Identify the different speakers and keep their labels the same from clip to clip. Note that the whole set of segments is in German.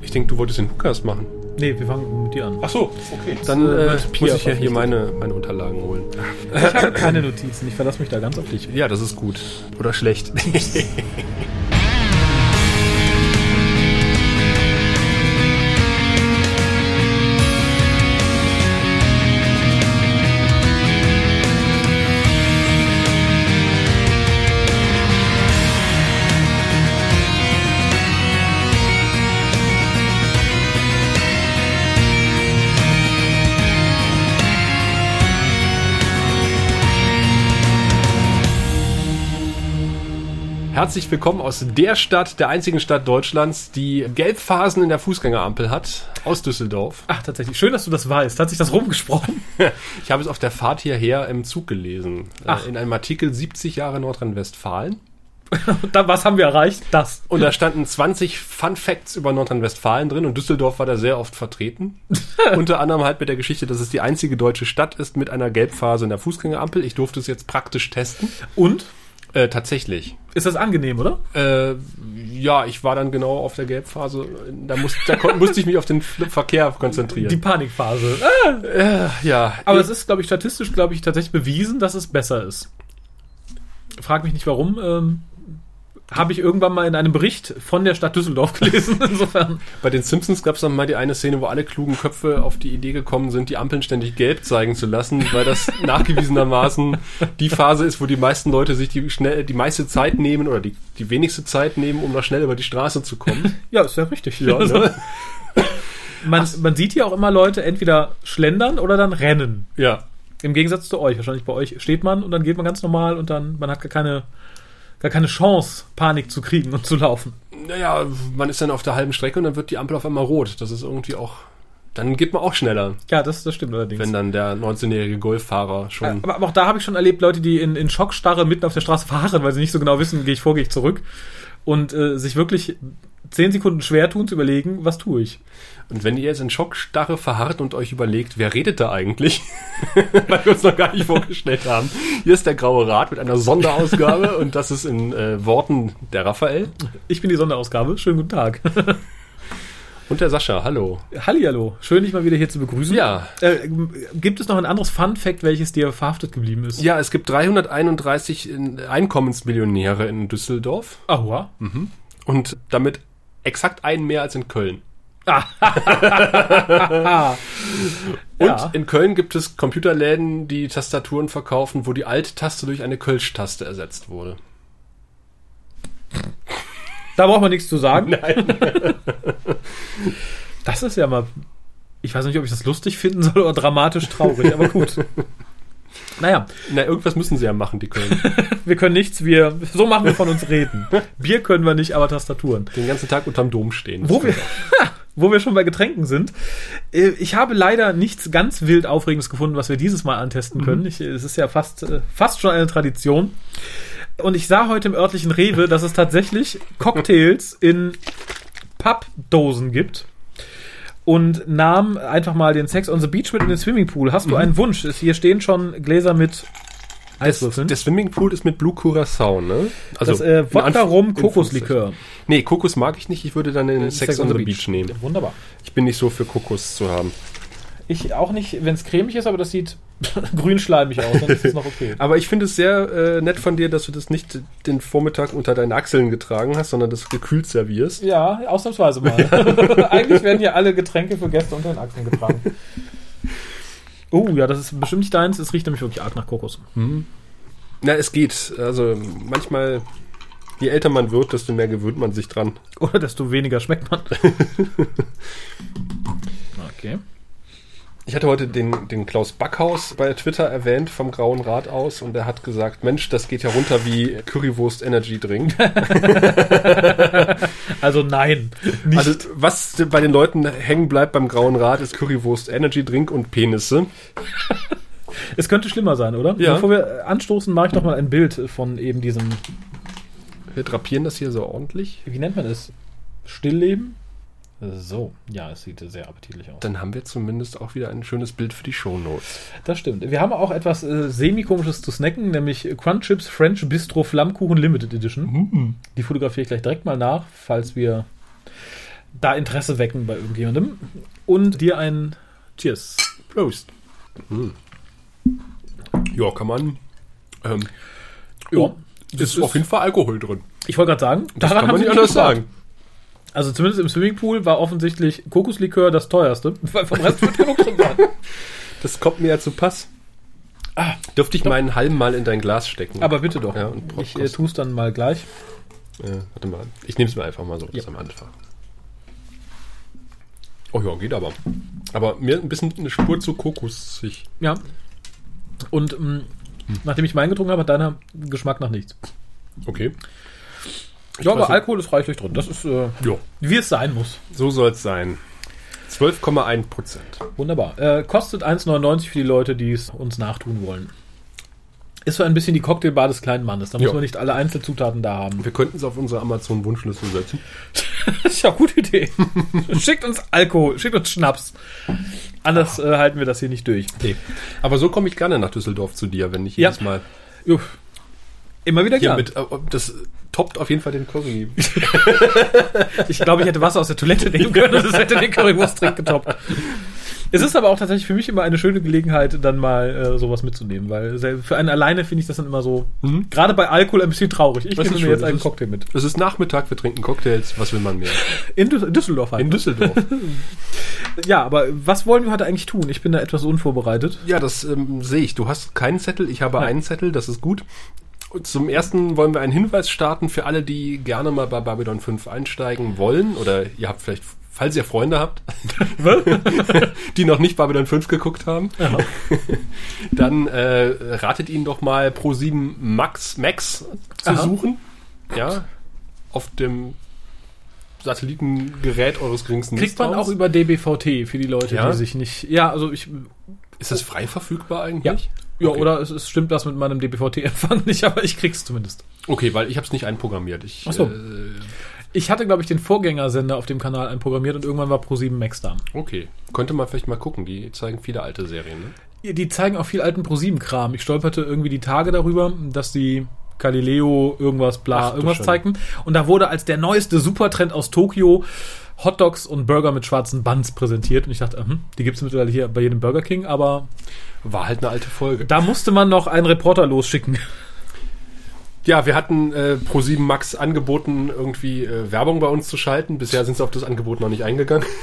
Speaker 1: Ich denke, du wolltest den Lukas machen.
Speaker 2: Nee, wir fangen mit dir an.
Speaker 1: Ach so, okay.
Speaker 2: Dann,
Speaker 1: Dann
Speaker 2: äh,
Speaker 1: äh, muss
Speaker 2: Pia
Speaker 1: ich ja hier
Speaker 2: verpflichtet.
Speaker 1: meine, meine Unterlagen holen.
Speaker 2: Ich habe keine Notizen, ich verlasse mich da ganz auf dich.
Speaker 1: Ja, das ist gut. Oder schlecht. Herzlich willkommen aus der Stadt, der einzigen Stadt Deutschlands, die Gelbphasen in der Fußgängerampel hat, aus Düsseldorf.
Speaker 2: Ach, tatsächlich. Schön, dass du das weißt. Hat sich das rumgesprochen?
Speaker 1: Ich habe es auf der Fahrt hierher im Zug gelesen. Äh,
Speaker 2: Ach.
Speaker 1: In einem Artikel 70 Jahre Nordrhein-Westfalen.
Speaker 2: Und dann, was haben wir erreicht? Das.
Speaker 1: Und da standen 20 Fun Facts über Nordrhein-Westfalen drin und Düsseldorf war da sehr oft vertreten. Unter anderem halt mit der Geschichte, dass es die einzige deutsche Stadt ist mit einer Gelbphase in der Fußgängerampel. Ich durfte es jetzt praktisch testen.
Speaker 2: Und?
Speaker 1: Äh, tatsächlich.
Speaker 2: Ist das angenehm, oder?
Speaker 1: Äh, ja, ich war dann genau auf der Gelbphase. Da, muss, da kon- musste ich mich auf den Fl- Verkehr konzentrieren.
Speaker 2: Die Panikphase. Ah,
Speaker 1: ja,
Speaker 2: Aber es ist, glaube ich, statistisch, glaube ich, tatsächlich bewiesen, dass es besser ist. Frag mich nicht warum. Ähm, habe ich irgendwann mal in einem Bericht von der Stadt Düsseldorf gelesen. Insofern.
Speaker 1: bei den Simpsons gab es dann mal die eine Szene, wo alle klugen Köpfe auf die Idee gekommen sind, die Ampeln ständig gelb zeigen zu lassen, weil das nachgewiesenermaßen die Phase ist, wo die meisten Leute sich die, schnell, die meiste Zeit nehmen oder die, die wenigste Zeit nehmen, um noch schnell über die Straße zu kommen.
Speaker 2: Ja, ist ja richtig.
Speaker 1: Also,
Speaker 2: man, man sieht hier auch immer Leute entweder schlendern oder dann rennen.
Speaker 1: ja.
Speaker 2: Im Gegensatz zu euch. Wahrscheinlich bei euch steht man und dann geht man ganz normal und dann man hat gar keine, gar keine Chance, Panik zu kriegen und zu laufen.
Speaker 1: Naja, man ist dann auf der halben Strecke und dann wird die Ampel auf einmal rot. Das ist irgendwie auch. Dann geht man auch schneller,
Speaker 2: Ja, das, das stimmt allerdings.
Speaker 1: wenn dann der 19-jährige Golffahrer schon.
Speaker 2: aber, aber auch da habe ich schon erlebt, Leute, die in, in Schockstarre mitten auf der Straße fahren, weil sie nicht so genau wissen, gehe ich vor, gehe ich zurück. Und äh, sich wirklich zehn Sekunden schwer tun zu überlegen, was tue ich.
Speaker 1: Und wenn ihr jetzt in Schockstarre verharrt und euch überlegt, wer redet da eigentlich? Weil wir uns noch gar nicht vorgestellt haben. Hier ist der Graue Rat mit einer Sonderausgabe und das ist in äh, Worten der Raphael
Speaker 2: Ich bin die Sonderausgabe. Schönen guten Tag.
Speaker 1: und der Sascha. Hallo.
Speaker 2: Hallihallo. Schön, dich mal wieder hier zu begrüßen.
Speaker 1: Ja.
Speaker 2: Äh, gibt es noch ein anderes Fun-Fact, welches dir verhaftet geblieben ist?
Speaker 1: Ja, es gibt 331 in- Einkommensmillionäre in Düsseldorf
Speaker 2: Aua.
Speaker 1: und damit exakt einen mehr als in Köln. Und
Speaker 2: Ja.
Speaker 1: in Köln gibt es Computerläden, die Tastaturen verkaufen, wo die Alt-Taste durch eine Kölsch-Taste ersetzt wurde.
Speaker 2: Da braucht man nichts zu sagen. Nein. Das ist ja mal. Ich weiß nicht, ob ich das lustig finden soll oder dramatisch traurig, aber gut. Naja,
Speaker 1: Na, irgendwas müssen sie ja machen, die Köln.
Speaker 2: wir können nichts, wir. So machen wir von uns reden. Bier können wir nicht, aber Tastaturen.
Speaker 1: Den ganzen Tag unterm Dom stehen.
Speaker 2: Wo wir, wo wir schon bei Getränken sind. äh, Ich habe leider nichts ganz wild Aufregendes gefunden, was wir dieses Mal
Speaker 1: Mhm.
Speaker 2: antesten können. Ich, es ist ja fast, äh, fast schon eine Tradition. Und ich sah heute im örtlichen Rewe, dass es tatsächlich Cocktails in Pappdosen gibt. Und nahm einfach mal den Sex on the Beach mit in den Swimmingpool.
Speaker 1: Mhm.
Speaker 2: Hast du einen Wunsch? Es- Hier stehen schon Gläser mit Eiswürfeln.
Speaker 1: Der Swimmingpool ist mit Blue Curacao, ne?
Speaker 2: das äh,
Speaker 1: in
Speaker 2: Wodka
Speaker 1: Anf-
Speaker 2: Rum
Speaker 1: in
Speaker 2: Kokoslikör.
Speaker 1: Anführungszeichen. Nee, Kokos mag ich nicht. Ich würde dann den Sex, on the Beach. nehmen.
Speaker 2: Wunderbar.
Speaker 1: Ich bin nicht so für Kokos zu haben.
Speaker 2: Ich auch nicht, wenn es cremig ist, aber das sieht grünschleimig aus, dann ist es noch okay.
Speaker 1: Aber ich finde es sehr äh, nett von dir, dass du das nicht den Vormittag unter deinen Achseln getragen hast, sondern das gekühlt servierst.
Speaker 2: Ja, ausnahmsweise mal. Eigentlich werden hier alle Getränke für Gäste unter den Achseln getragen. Oh ja, das ist bestimmt nicht deins. Es riecht nämlich wirklich arg nach Kokos.
Speaker 1: Na, es geht. Also manchmal, je älter man wird, desto mehr gewöhnt man sich dran.
Speaker 2: Oder desto weniger schmeckt man. okay.
Speaker 1: Ich hatte heute den, den Klaus Backhaus bei Twitter erwähnt vom Grauen Rat aus und er hat gesagt, Mensch, das geht ja runter wie Currywurst Energy Drink.
Speaker 2: Also nein, nicht.
Speaker 1: Also was bei den Leuten hängen bleibt beim Grauen Rat ist Currywurst Energy Drink und Penisse.
Speaker 2: es könnte schlimmer sein, oder?
Speaker 1: Ja.
Speaker 2: Bevor wir äh, anstoßen, mache ich doch mal ein Bild von eben diesem,
Speaker 1: Wir drapieren das hier so ordentlich.
Speaker 2: wie nennt man es? Stillleben? So, ja, es sieht sehr appetitlich aus.
Speaker 1: Dann haben wir zumindest auch wieder ein schönes Bild für die Shownotes.
Speaker 2: Das stimmt. Wir haben auch etwas äh, semi-komisches zu snacken, nämlich Crunchips French
Speaker 1: Mhm.
Speaker 2: Bistro Flammkuchen Limited Edition. Die fotografiere ich gleich direkt mal nach, falls wir da Interesse wecken bei irgendjemandem. Und dir ein Cheers.
Speaker 1: Prost. Hm. Ja, kann man. Ähm,
Speaker 2: Ja.
Speaker 1: ja, ist, auf jeden Fall Alkohol drin.
Speaker 2: Oh, Ich wollte gerade sagen,
Speaker 1: Das kann man
Speaker 2: haben sie
Speaker 1: nicht anders
Speaker 2: gespart.
Speaker 1: sagen.
Speaker 2: Also zumindest im Swimmingpool war offensichtlich Kokoslikör das teuerste. Weil vom Rest wird genug drin sein.
Speaker 1: Das kommt mir ja zu Pass.
Speaker 2: Ah,
Speaker 1: Dürfte ich meinen Halm mal in dein Glas stecken?
Speaker 2: Aber bitte doch.
Speaker 1: Ja, und Prost.
Speaker 2: ich äh, tue es dann mal gleich.
Speaker 1: äh, warte mal. Ich nehme es mir einfach mal so bis am Anfang. Oh ja, geht aber. Aber mir ein bisschen eine Spur zu kokosig.
Speaker 2: Ja. Und
Speaker 1: Hm.
Speaker 2: ähm, nachdem ich meinen getrunken habe, hat deiner Geschmack nach nichts.
Speaker 1: Okay.
Speaker 2: Ich ja,
Speaker 1: weiß
Speaker 2: aber
Speaker 1: nicht.
Speaker 2: Alkohol ist reichlich drin. Das ist, äh,
Speaker 1: Ja,
Speaker 2: wie es sein muss.
Speaker 1: so soll es sein. 12,1 Prozent.
Speaker 2: Wunderbar. Äh, kostet 1,99 für die Leute, die es uns nachtun wollen. Ist so ein bisschen die Cocktailbar des kleinen Mannes. Da muss
Speaker 1: Ja.
Speaker 2: man nicht alle Einzelzutaten da haben.
Speaker 1: Wir könnten es auf unsere Amazon-Wunschliste setzen.
Speaker 2: Das ist ja eine gute Idee. schickt uns Alkohol, schickt uns Schnaps. Anders äh, halten wir das hier nicht durch.
Speaker 1: Nee. Aber so komme ich gerne nach Düsseldorf zu dir, wenn ich
Speaker 2: Ja.
Speaker 1: jedes Mal
Speaker 2: Uff. Immer wieder
Speaker 1: hier
Speaker 2: gern.
Speaker 1: mit. Äh, das toppt auf jeden Fall den Curry.
Speaker 2: Ich glaube, ich hätte Wasser aus der Toilette nehmen können und es hätte den Currywurst-Trink getoppt. Es ist aber auch tatsächlich für mich immer eine schöne Gelegenheit, dann mal äh, sowas mitzunehmen, weil sel- für einen alleine finde ich das dann immer so, gerade bei Alkohol ein bisschen traurig. Ich
Speaker 1: Das
Speaker 2: nehme
Speaker 1: ist
Speaker 2: mir
Speaker 1: schön,
Speaker 2: jetzt
Speaker 1: das
Speaker 2: einen
Speaker 1: ist-
Speaker 2: Cocktail mit.
Speaker 1: Es ist Nachmittag, wir trinken Cocktails. Was will man mehr?
Speaker 2: In Düs- Düsseldorf halt.
Speaker 1: In Düsseldorf.
Speaker 2: ja, aber was wollen wir heute eigentlich tun? Ich bin da etwas unvorbereitet.
Speaker 1: Ja, das ähm, sehe ich. Du hast keinen Zettel, ich habe einen Zettel, das ist gut. Und zum ersten wollen wir einen Hinweis starten für alle, die gerne mal bei Babylon 5 einsteigen wollen. Oder ihr habt vielleicht, falls ihr Freunde habt, die noch nicht Babylon 5 geguckt haben, dann äh, ratet ihnen doch mal Pro7 Max Max zu
Speaker 2: Aha.
Speaker 1: suchen. Ja. Auf dem Satellitengerät eures geringsten
Speaker 2: Kriegt man auch
Speaker 1: Misstrauens.
Speaker 2: über DBVT für die Leute,
Speaker 1: Ja.
Speaker 2: die sich nicht. Ja, also ich.
Speaker 1: Ist das frei verfügbar
Speaker 2: Ja,
Speaker 1: eigentlich?
Speaker 2: ja
Speaker 1: Okay.
Speaker 2: oder es, es stimmt das mit meinem DBVT-Empfang nicht, aber ich krieg's zumindest.
Speaker 1: Okay, weil ich habe es nicht einprogrammiert. Ich,
Speaker 2: so.
Speaker 1: äh,
Speaker 2: Ich hatte, glaube ich, den Vorgängersender auf dem Kanal einprogrammiert und irgendwann war Pro7 Max da.
Speaker 1: okay. Könnte man vielleicht mal gucken. Die zeigen viele alte Serien. Ne?
Speaker 2: Die zeigen auch viel alten ProSieben-Kram. Ich stolperte irgendwie die Tage darüber, dass die Galileo irgendwas bla
Speaker 1: Ach, du
Speaker 2: irgendwas
Speaker 1: Schande.
Speaker 2: zeigten. Und da wurde als der neueste Supertrend aus Tokio Hot Dogs und Burger mit schwarzen Buns präsentiert. Und ich dachte, hm, die gibt's mittlerweile hier bei jedem Burger King, aber
Speaker 1: War halt eine alte Folge.
Speaker 2: da musste man noch einen Reporter losschicken.
Speaker 1: Ja, wir hatten äh, Pro7 Max angeboten, irgendwie äh, Werbung bei uns zu schalten. Bisher sind sie auf das Angebot noch nicht eingegangen.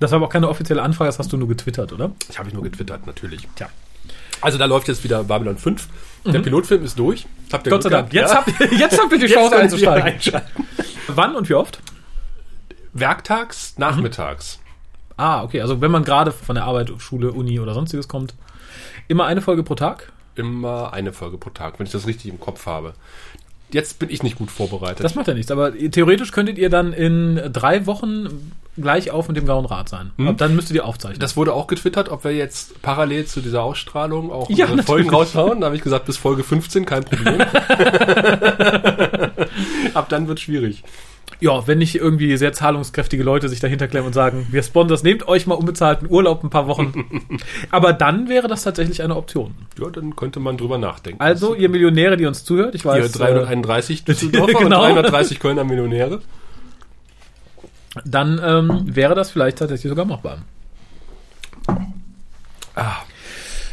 Speaker 2: Das war aber auch keine offizielle Anfrage, das hast du nur getwittert, oder?
Speaker 1: Ich habe ich nur getwittert, natürlich.
Speaker 2: Tja.
Speaker 1: Also da läuft jetzt wieder Babylon 5. Der Pilotfilm ist durch. Habt ihr
Speaker 2: Gott sei
Speaker 1: Glück
Speaker 2: Dank.
Speaker 1: gehabt? ja.
Speaker 2: Jetzt, habt, ihr- jetzt habt ihr die
Speaker 1: Jetzt
Speaker 2: Chance
Speaker 1: könnt ihr
Speaker 2: einzusteigen.
Speaker 1: einschalten.
Speaker 2: Wann und wie oft?
Speaker 1: Werktags, nachmittags.
Speaker 2: Ah, okay. Also wenn man gerade von der Arbeit, Schule, Uni oder sonstiges kommt, immer eine Folge pro Tag.
Speaker 1: Immer eine Folge pro Tag, wenn ich das richtig im Kopf habe. Jetzt bin ich nicht gut vorbereitet.
Speaker 2: Das macht ja nichts. Aber theoretisch könntet ihr dann in drei Wochen gleich auf mit dem Grauen Rad sein. Ab dann müsstet ihr aufzeichnen.
Speaker 1: Das wurde auch getwittert, ob wir jetzt parallel zu dieser Ausstrahlung auch
Speaker 2: Ja,
Speaker 1: unsere Folgen
Speaker 2: natürlich.
Speaker 1: raushauen. Da habe ich gesagt, bis Folge 15 kein Problem. Ab dann wird schwierig.
Speaker 2: ja, wenn nicht irgendwie sehr zahlungskräftige Leute sich dahinter klemmen und sagen, wir Sponsors, nehmt euch mal unbezahlten Urlaub ein paar Wochen. aber dann wäre das tatsächlich eine Option.
Speaker 1: Ja, dann könnte man drüber nachdenken.
Speaker 2: Also, ihr Millionäre, die uns zuhört, ich
Speaker 1: hier
Speaker 2: weiß, äh,
Speaker 1: 331 Düsseldorfer
Speaker 2: Genau.
Speaker 1: und 330 Kölner Millionäre.
Speaker 2: dann ähm, wäre das vielleicht tatsächlich sogar machbar.
Speaker 1: Ah,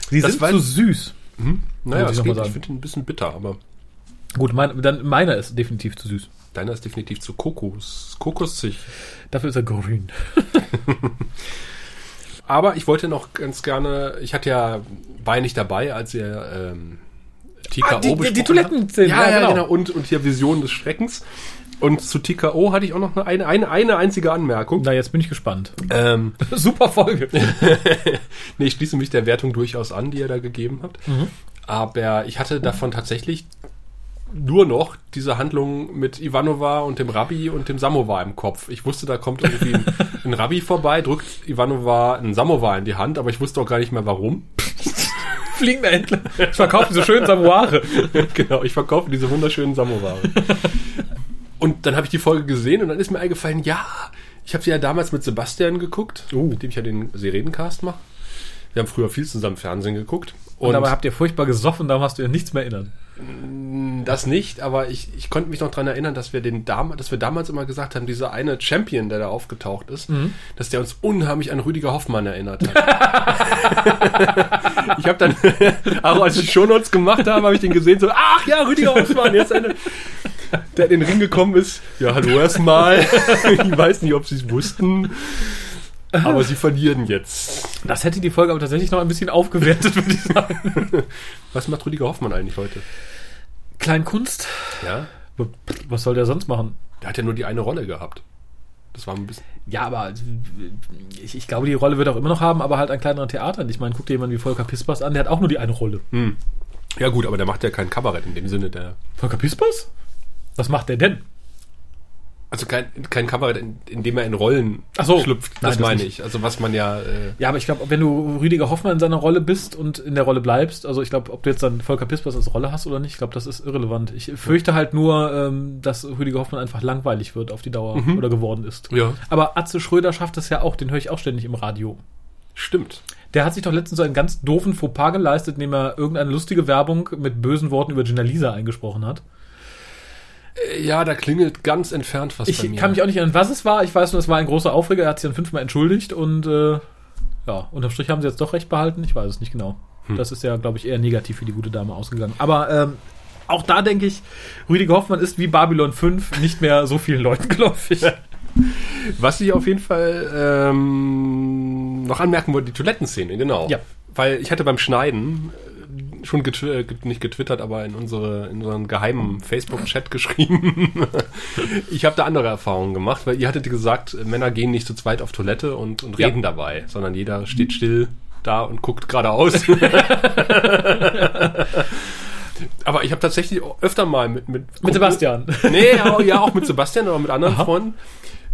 Speaker 2: Sie
Speaker 1: Das
Speaker 2: sind
Speaker 1: war-
Speaker 2: zu süß.
Speaker 1: naja,
Speaker 2: Muss ich
Speaker 1: es
Speaker 2: noch mal
Speaker 1: geht,
Speaker 2: sagen.
Speaker 1: ich finde ihn ein bisschen bitter, aber
Speaker 2: Gut, mein, dann meiner ist definitiv zu süß.
Speaker 1: deiner ist definitiv zu Kokos, kokosig.
Speaker 2: Dafür ist er grün.
Speaker 1: Aber ich wollte noch ganz gerne, ich hatte ja, war ja nicht dabei, als ihr ähm, TKO
Speaker 2: Ah, die- die- die
Speaker 1: besprochen
Speaker 2: Toilettenszene,
Speaker 1: habt. Ja,
Speaker 2: ja,
Speaker 1: ja,
Speaker 2: genau.
Speaker 1: genau. Und, und hier Vision des Schreckens. Und zu TKO hatte ich auch noch eine, eine, eine einzige Anmerkung.
Speaker 2: Na, jetzt bin ich gespannt.
Speaker 1: Ähm,
Speaker 2: Super Folge.
Speaker 1: nee, ich schließe mich der Wertung durchaus an, die ihr da gegeben habt. Aber ich hatte davon tatsächlich nur noch diese Handlung mit Ivanova und dem Rabbi und dem Samovar im Kopf. Ich wusste, da kommt irgendwie ein, ein Rabbi vorbei, drückt Ivanova einen Samovar in die Hand, aber ich wusste auch gar nicht mehr warum.
Speaker 2: Fliegender Händler. Ich verkaufe so schön Samoare.
Speaker 1: genau, ich verkaufe diese wunderschönen Samovare. und dann habe ich die Folge gesehen und dann ist mir eingefallen, ja, ich habe sie ja damals mit Sebastian geguckt,
Speaker 2: Oh.
Speaker 1: mit dem ich ja den Serenencast mache. Wir haben früher viel zusammen Fernsehen geguckt.
Speaker 2: Und, dabei habt ihr furchtbar gesoffen, darum hast du dir nichts mehr erinnert.
Speaker 1: Das nicht, aber ich, ich konnte mich noch dran erinnern, dass wir den dam dass wir damals immer gesagt haben, dieser eine Champion, der da aufgetaucht ist,
Speaker 2: Mhm.
Speaker 1: dass der uns unheimlich an Rüdiger Hoffmann erinnert hat. ich habe dann, auch als ich Shownotes gemacht habe, habe ich den gesehen, so, ach ja, Rüdiger Hoffmann, jetzt eine, der in den Ring gekommen ist. Ja, hallo erstmal. ich weiß nicht, ob sie es wussten. Aber sie verlieren jetzt.
Speaker 2: Das hätte die Folge aber tatsächlich noch ein bisschen aufgewertet, würde ich sagen.
Speaker 1: Was macht Rüdiger Hoffmann eigentlich heute?
Speaker 2: Kleinkunst?
Speaker 1: Ja?
Speaker 2: Was soll der sonst machen?
Speaker 1: Der hat ja nur die eine Rolle gehabt. Das war ein bisschen.
Speaker 2: Ja, aber ich, ich glaube, die Rolle wird er auch immer noch haben, aber halt an kleineren Theatern. Ich meine, guck dir jemanden wie Volker Pispers an, der hat auch nur die eine Rolle.
Speaker 1: Hm. Ja, gut, aber der macht ja kein Kabarett in dem Sinne. Der,
Speaker 2: Volker Pispers? Was macht der denn?
Speaker 1: also kein, kein Kabarett, in, in dem er in Rollen
Speaker 2: Ach so.
Speaker 1: schlüpft.
Speaker 2: Nein,
Speaker 1: Das
Speaker 2: das
Speaker 1: meine
Speaker 2: nicht.
Speaker 1: ich. Also, was man ja. Äh,
Speaker 2: Ja, aber ich glaube, wenn du Rüdiger Hoffmann in seiner Rolle bist und in der Rolle bleibst, also ich glaube, ob du jetzt dann Volker Pispers als Rolle hast oder nicht, ich glaube, das ist irrelevant. Ich fürchte halt nur, ähm, dass Rüdiger Hoffmann einfach langweilig wird auf die Dauer oder geworden ist.
Speaker 1: ja,
Speaker 2: Aber Atze Schröder schafft es ja auch, den höre ich auch ständig im Radio.
Speaker 1: stimmt.
Speaker 2: Der hat sich doch letztens so einen ganz doofen Fauxpas geleistet, indem er irgendeine lustige Werbung mit bösen Worten über Gina Lisa eingesprochen hat.
Speaker 1: Äh, Ja, da klingelt ganz entfernt was
Speaker 2: Ich kann mich auch nicht erinnern, was es war. Ich weiß nur, es war ein großer Aufreger. Er hat sich dann fünfmal entschuldigt und äh, ja, unterm Strich haben sie jetzt doch recht behalten. Ich weiß es nicht genau. Das ist ja, glaube ich, eher negativ für die gute Dame ausgegangen. Aber ähm, auch da denke ich, Rüdiger Hoffmann ist wie Babylon 5 nicht mehr so vielen Leuten, glaube ich.
Speaker 1: was ich auf jeden Fall ähm, noch anmerken wollte, die Toilettenszene, genau.
Speaker 2: Ja.
Speaker 1: Weil ich hatte beim Schneiden äh, schon getw äh, get- nicht getwittert, aber in unsere in unseren geheimen Facebook-Chat geschrieben. ich habe da andere Erfahrungen gemacht, weil ihr hattet gesagt, äh, Männer gehen nicht zu zweit auf Toilette und, und
Speaker 2: Ja.
Speaker 1: reden dabei, sondern jeder steht still da und guckt geradeaus. aber ich habe tatsächlich öfter mal mit mit,
Speaker 2: Mit Sebastian.
Speaker 1: Nee, ja, ja, auch mit Sebastian, aber mit anderen Freunden.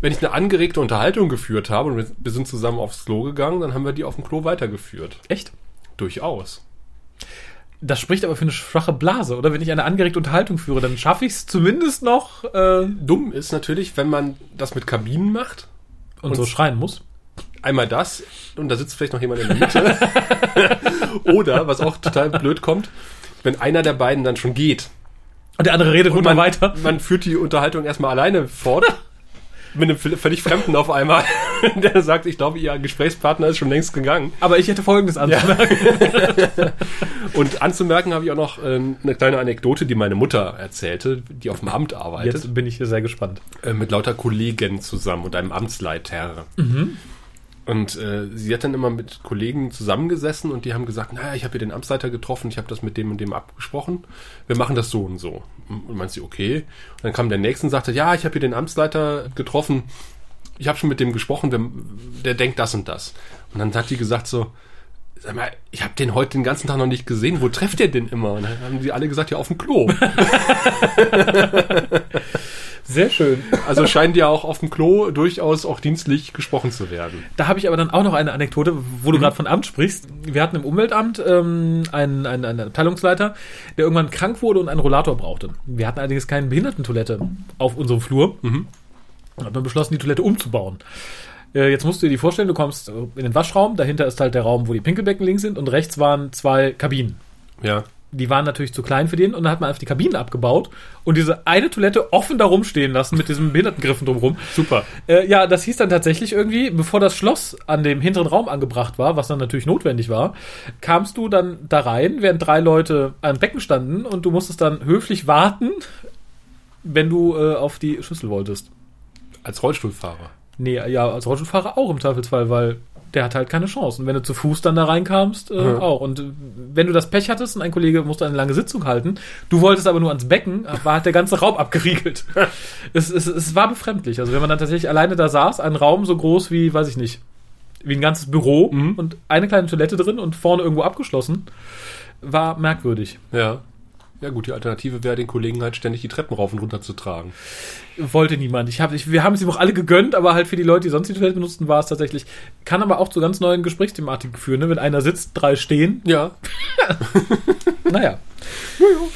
Speaker 1: Wenn ich eine angeregte Unterhaltung geführt habe und wir, wir sind zusammen aufs Klo gegangen, dann haben wir die auf dem Klo weitergeführt.
Speaker 2: Echt?
Speaker 1: Durchaus.
Speaker 2: Das spricht aber für eine schwache Blase, oder? Wenn ich eine angeregte Unterhaltung führe, dann schaffe ich es zumindest noch äh, und,
Speaker 1: Dumm ist natürlich, wenn man das mit Kabinen macht.
Speaker 2: so schreien muss.
Speaker 1: Einmal das und da sitzt vielleicht noch jemand in der Mitte. Oder, was auch total blöd kommt, wenn einer der beiden dann schon geht.
Speaker 2: Und der andere redet und
Speaker 1: man,
Speaker 2: weiter.
Speaker 1: man führt die Unterhaltung erstmal alleine fort. Mit einem völlig Fremden auf einmal, der sagt, ich glaube, ihr Gesprächspartner ist schon längst gegangen.
Speaker 2: Aber ich hätte folgendes anzumerken.
Speaker 1: Und anzumerken habe ich auch noch ähm, eine kleine Anekdote, die meine Mutter erzählte, die auf dem Amt arbeitet,
Speaker 2: Jetzt bin ich hier sehr gespannt.
Speaker 1: äh, mit lauter Kollegen zusammen und einem Amtsleiter. Und äh, sie hat dann immer mit Kollegen zusammengesessen und die haben gesagt, naja, ich habe hier den Amtsleiter getroffen, ich habe das mit dem und dem abgesprochen, wir machen das so und so. Und meint sie, okay. Und dann kam der Nächste und sagte, ja, ich habe hier den Amtsleiter getroffen, ich habe schon mit dem gesprochen, der, der denkt das und das. Und dann hat die gesagt so, sag mal, ich habe den heute den ganzen Tag noch nicht gesehen, wo trefft ihr den immer? Und dann haben die alle gesagt, ja, auf dem Klo.
Speaker 2: Sehr schön.
Speaker 1: Also scheint ja auch auf dem Klo durchaus auch dienstlich gesprochen zu werden.
Speaker 2: Da habe ich aber dann auch noch eine Anekdote, wo du gerade von Amt sprichst. Wir hatten im Umweltamt ähm, einen, einen, einen Abteilungsleiter, der irgendwann krank wurde und einen Rollator brauchte. Wir hatten allerdings keine Behindertentoilette auf unserem Flur und haben dann beschlossen, die Toilette umzubauen. Äh, Jetzt musst du dir die vorstellen, du kommst äh, in den Waschraum, dahinter ist halt der Raum, wo die Pinkelbecken links sind und rechts waren zwei Kabinen.
Speaker 1: Ja.
Speaker 2: Die waren natürlich zu klein für den und dann hat man einfach die Kabinen abgebaut und diese eine Toilette offen da rumstehen lassen mit diesen Behindertengriffen drumherum.
Speaker 1: Super.
Speaker 2: Äh, ja, das hieß dann tatsächlich irgendwie, bevor das Schloss an dem hinteren Raum angebracht war, was dann natürlich notwendig war, kamst du dann da rein, während drei Leute am Becken standen und du musstest dann höflich warten, wenn du äh, auf die Schüssel wolltest.
Speaker 1: Als Rollstuhlfahrer.
Speaker 2: Nee, ja, als Rollstuhlfahrer auch im Zweifelsfall, weil der hat halt keine Chance. Und wenn du zu Fuß dann da reinkamst, äh,
Speaker 1: Mhm.
Speaker 2: auch. Und äh, wenn du das Pech hattest und ein Kollege musste eine lange Sitzung halten, du wolltest aber nur ans Becken, war halt der ganze Raum abgeriegelt. es, es, es war befremdlich. Also wenn man dann tatsächlich alleine da saß, ein Raum so groß wie, weiß ich nicht, wie ein ganzes Büro
Speaker 1: Mhm.
Speaker 2: und eine kleine Toilette drin und vorne irgendwo abgeschlossen, war merkwürdig.
Speaker 1: Ja. Ja gut, die Alternative wäre, den Kollegen halt ständig die Treppen rauf und runter zu tragen.
Speaker 2: Wollte niemand. Ich hab, ich, wir haben es ihm auch alle gegönnt, aber halt für die Leute, die sonst die Toilette benutzten, war es tatsächlich. Kann aber auch zu ganz neuen Gesprächsthematiken führen, ne? wenn einer sitzt, drei stehen.
Speaker 1: Ja.
Speaker 2: Naja.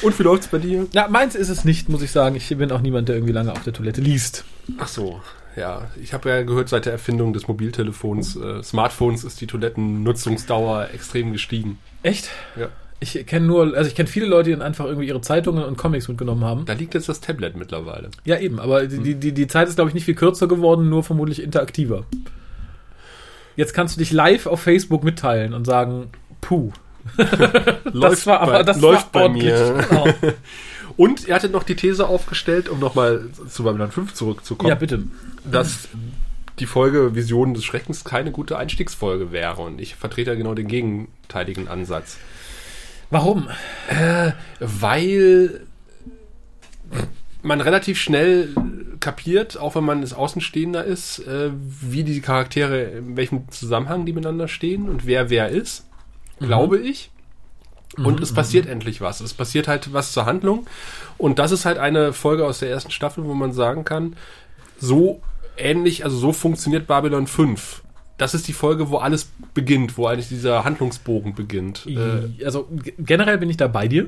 Speaker 1: Und wie läuft's bei dir?
Speaker 2: Ja, meins ist es nicht, muss ich sagen. Ich bin auch niemand, der irgendwie lange auf der Toilette liest.
Speaker 1: Ach so. ja, ich habe ja gehört, seit der Erfindung des Mobiltelefons, äh, Smartphones ist die Toilettennutzungsdauer extrem gestiegen.
Speaker 2: Echt?
Speaker 1: Ja.
Speaker 2: Ich kenne nur, also ich kenne viele Leute, die dann einfach irgendwie ihre Zeitungen und Comics mitgenommen haben.
Speaker 1: Da Hm. liegt jetzt das Tablet mittlerweile.
Speaker 2: Ja, eben, aber die- die, die, die Zeit ist, glaube ich, nicht viel kürzer geworden, nur vermutlich interaktiver. Jetzt kannst du dich live auf Facebook mitteilen und sagen, puh, das war aber das
Speaker 1: läuft
Speaker 2: war
Speaker 1: bei mir.
Speaker 2: Genau.
Speaker 1: Und er hatte noch die These aufgestellt, um nochmal zu Babylon 5 zurückzukommen,
Speaker 2: Ja, bitte.
Speaker 1: dass die Folge Visionen des Schreckens keine gute Einstiegsfolge wäre. Und ich vertrete ja genau den gegenteiligen Ansatz.
Speaker 2: Warum?
Speaker 1: weil man relativ schnell kapiert, auch wenn man es Außenstehender ist, äh, wie die Charaktere, in welchem Zusammenhang die miteinander stehen und wer wer ist, glaube ich. Und es passiert endlich was. Es passiert halt was zur Handlung. Und das ist halt eine Folge aus der ersten Staffel, wo man sagen kann, so ähnlich, also so funktioniert Babylon 5. Das ist die Folge, wo alles beginnt, wo eigentlich dieser Handlungsbogen beginnt. Äh, hm?
Speaker 2: also g- generell bin ich da bei dir.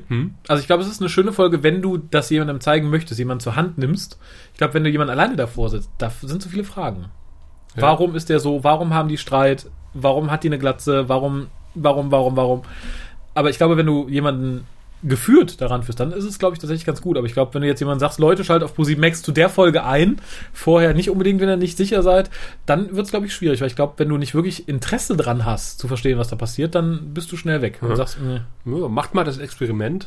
Speaker 2: Also ich glaube, es ist eine schöne Folge, wenn du das jemandem zeigen möchtest, jemand zur Hand nimmst. Ich glaube, wenn du jemand alleine davor sitzt, da f- sind so viele Fragen.
Speaker 1: Ja.
Speaker 2: Warum ist der so? Warum haben die Streit? Warum hat die eine Glatze? Warum, warum, warum, warum? Aber ich glaube, wenn du jemanden geführt daran führst, dann ist es, glaube ich, tatsächlich ganz gut. Aber ich glaube, wenn du jetzt jemand sagst, Leute, schaltet auf Posi Max zu der Folge ein, vorher nicht unbedingt, wenn ihr nicht sicher seid, dann wird es, glaube ich, schwierig. Weil ich glaube, wenn du nicht wirklich Interesse dran hast, zu verstehen, was da passiert, dann bist du schnell weg. Und sagst, "Mm, "Mh."
Speaker 1: ja, macht mal das Experiment.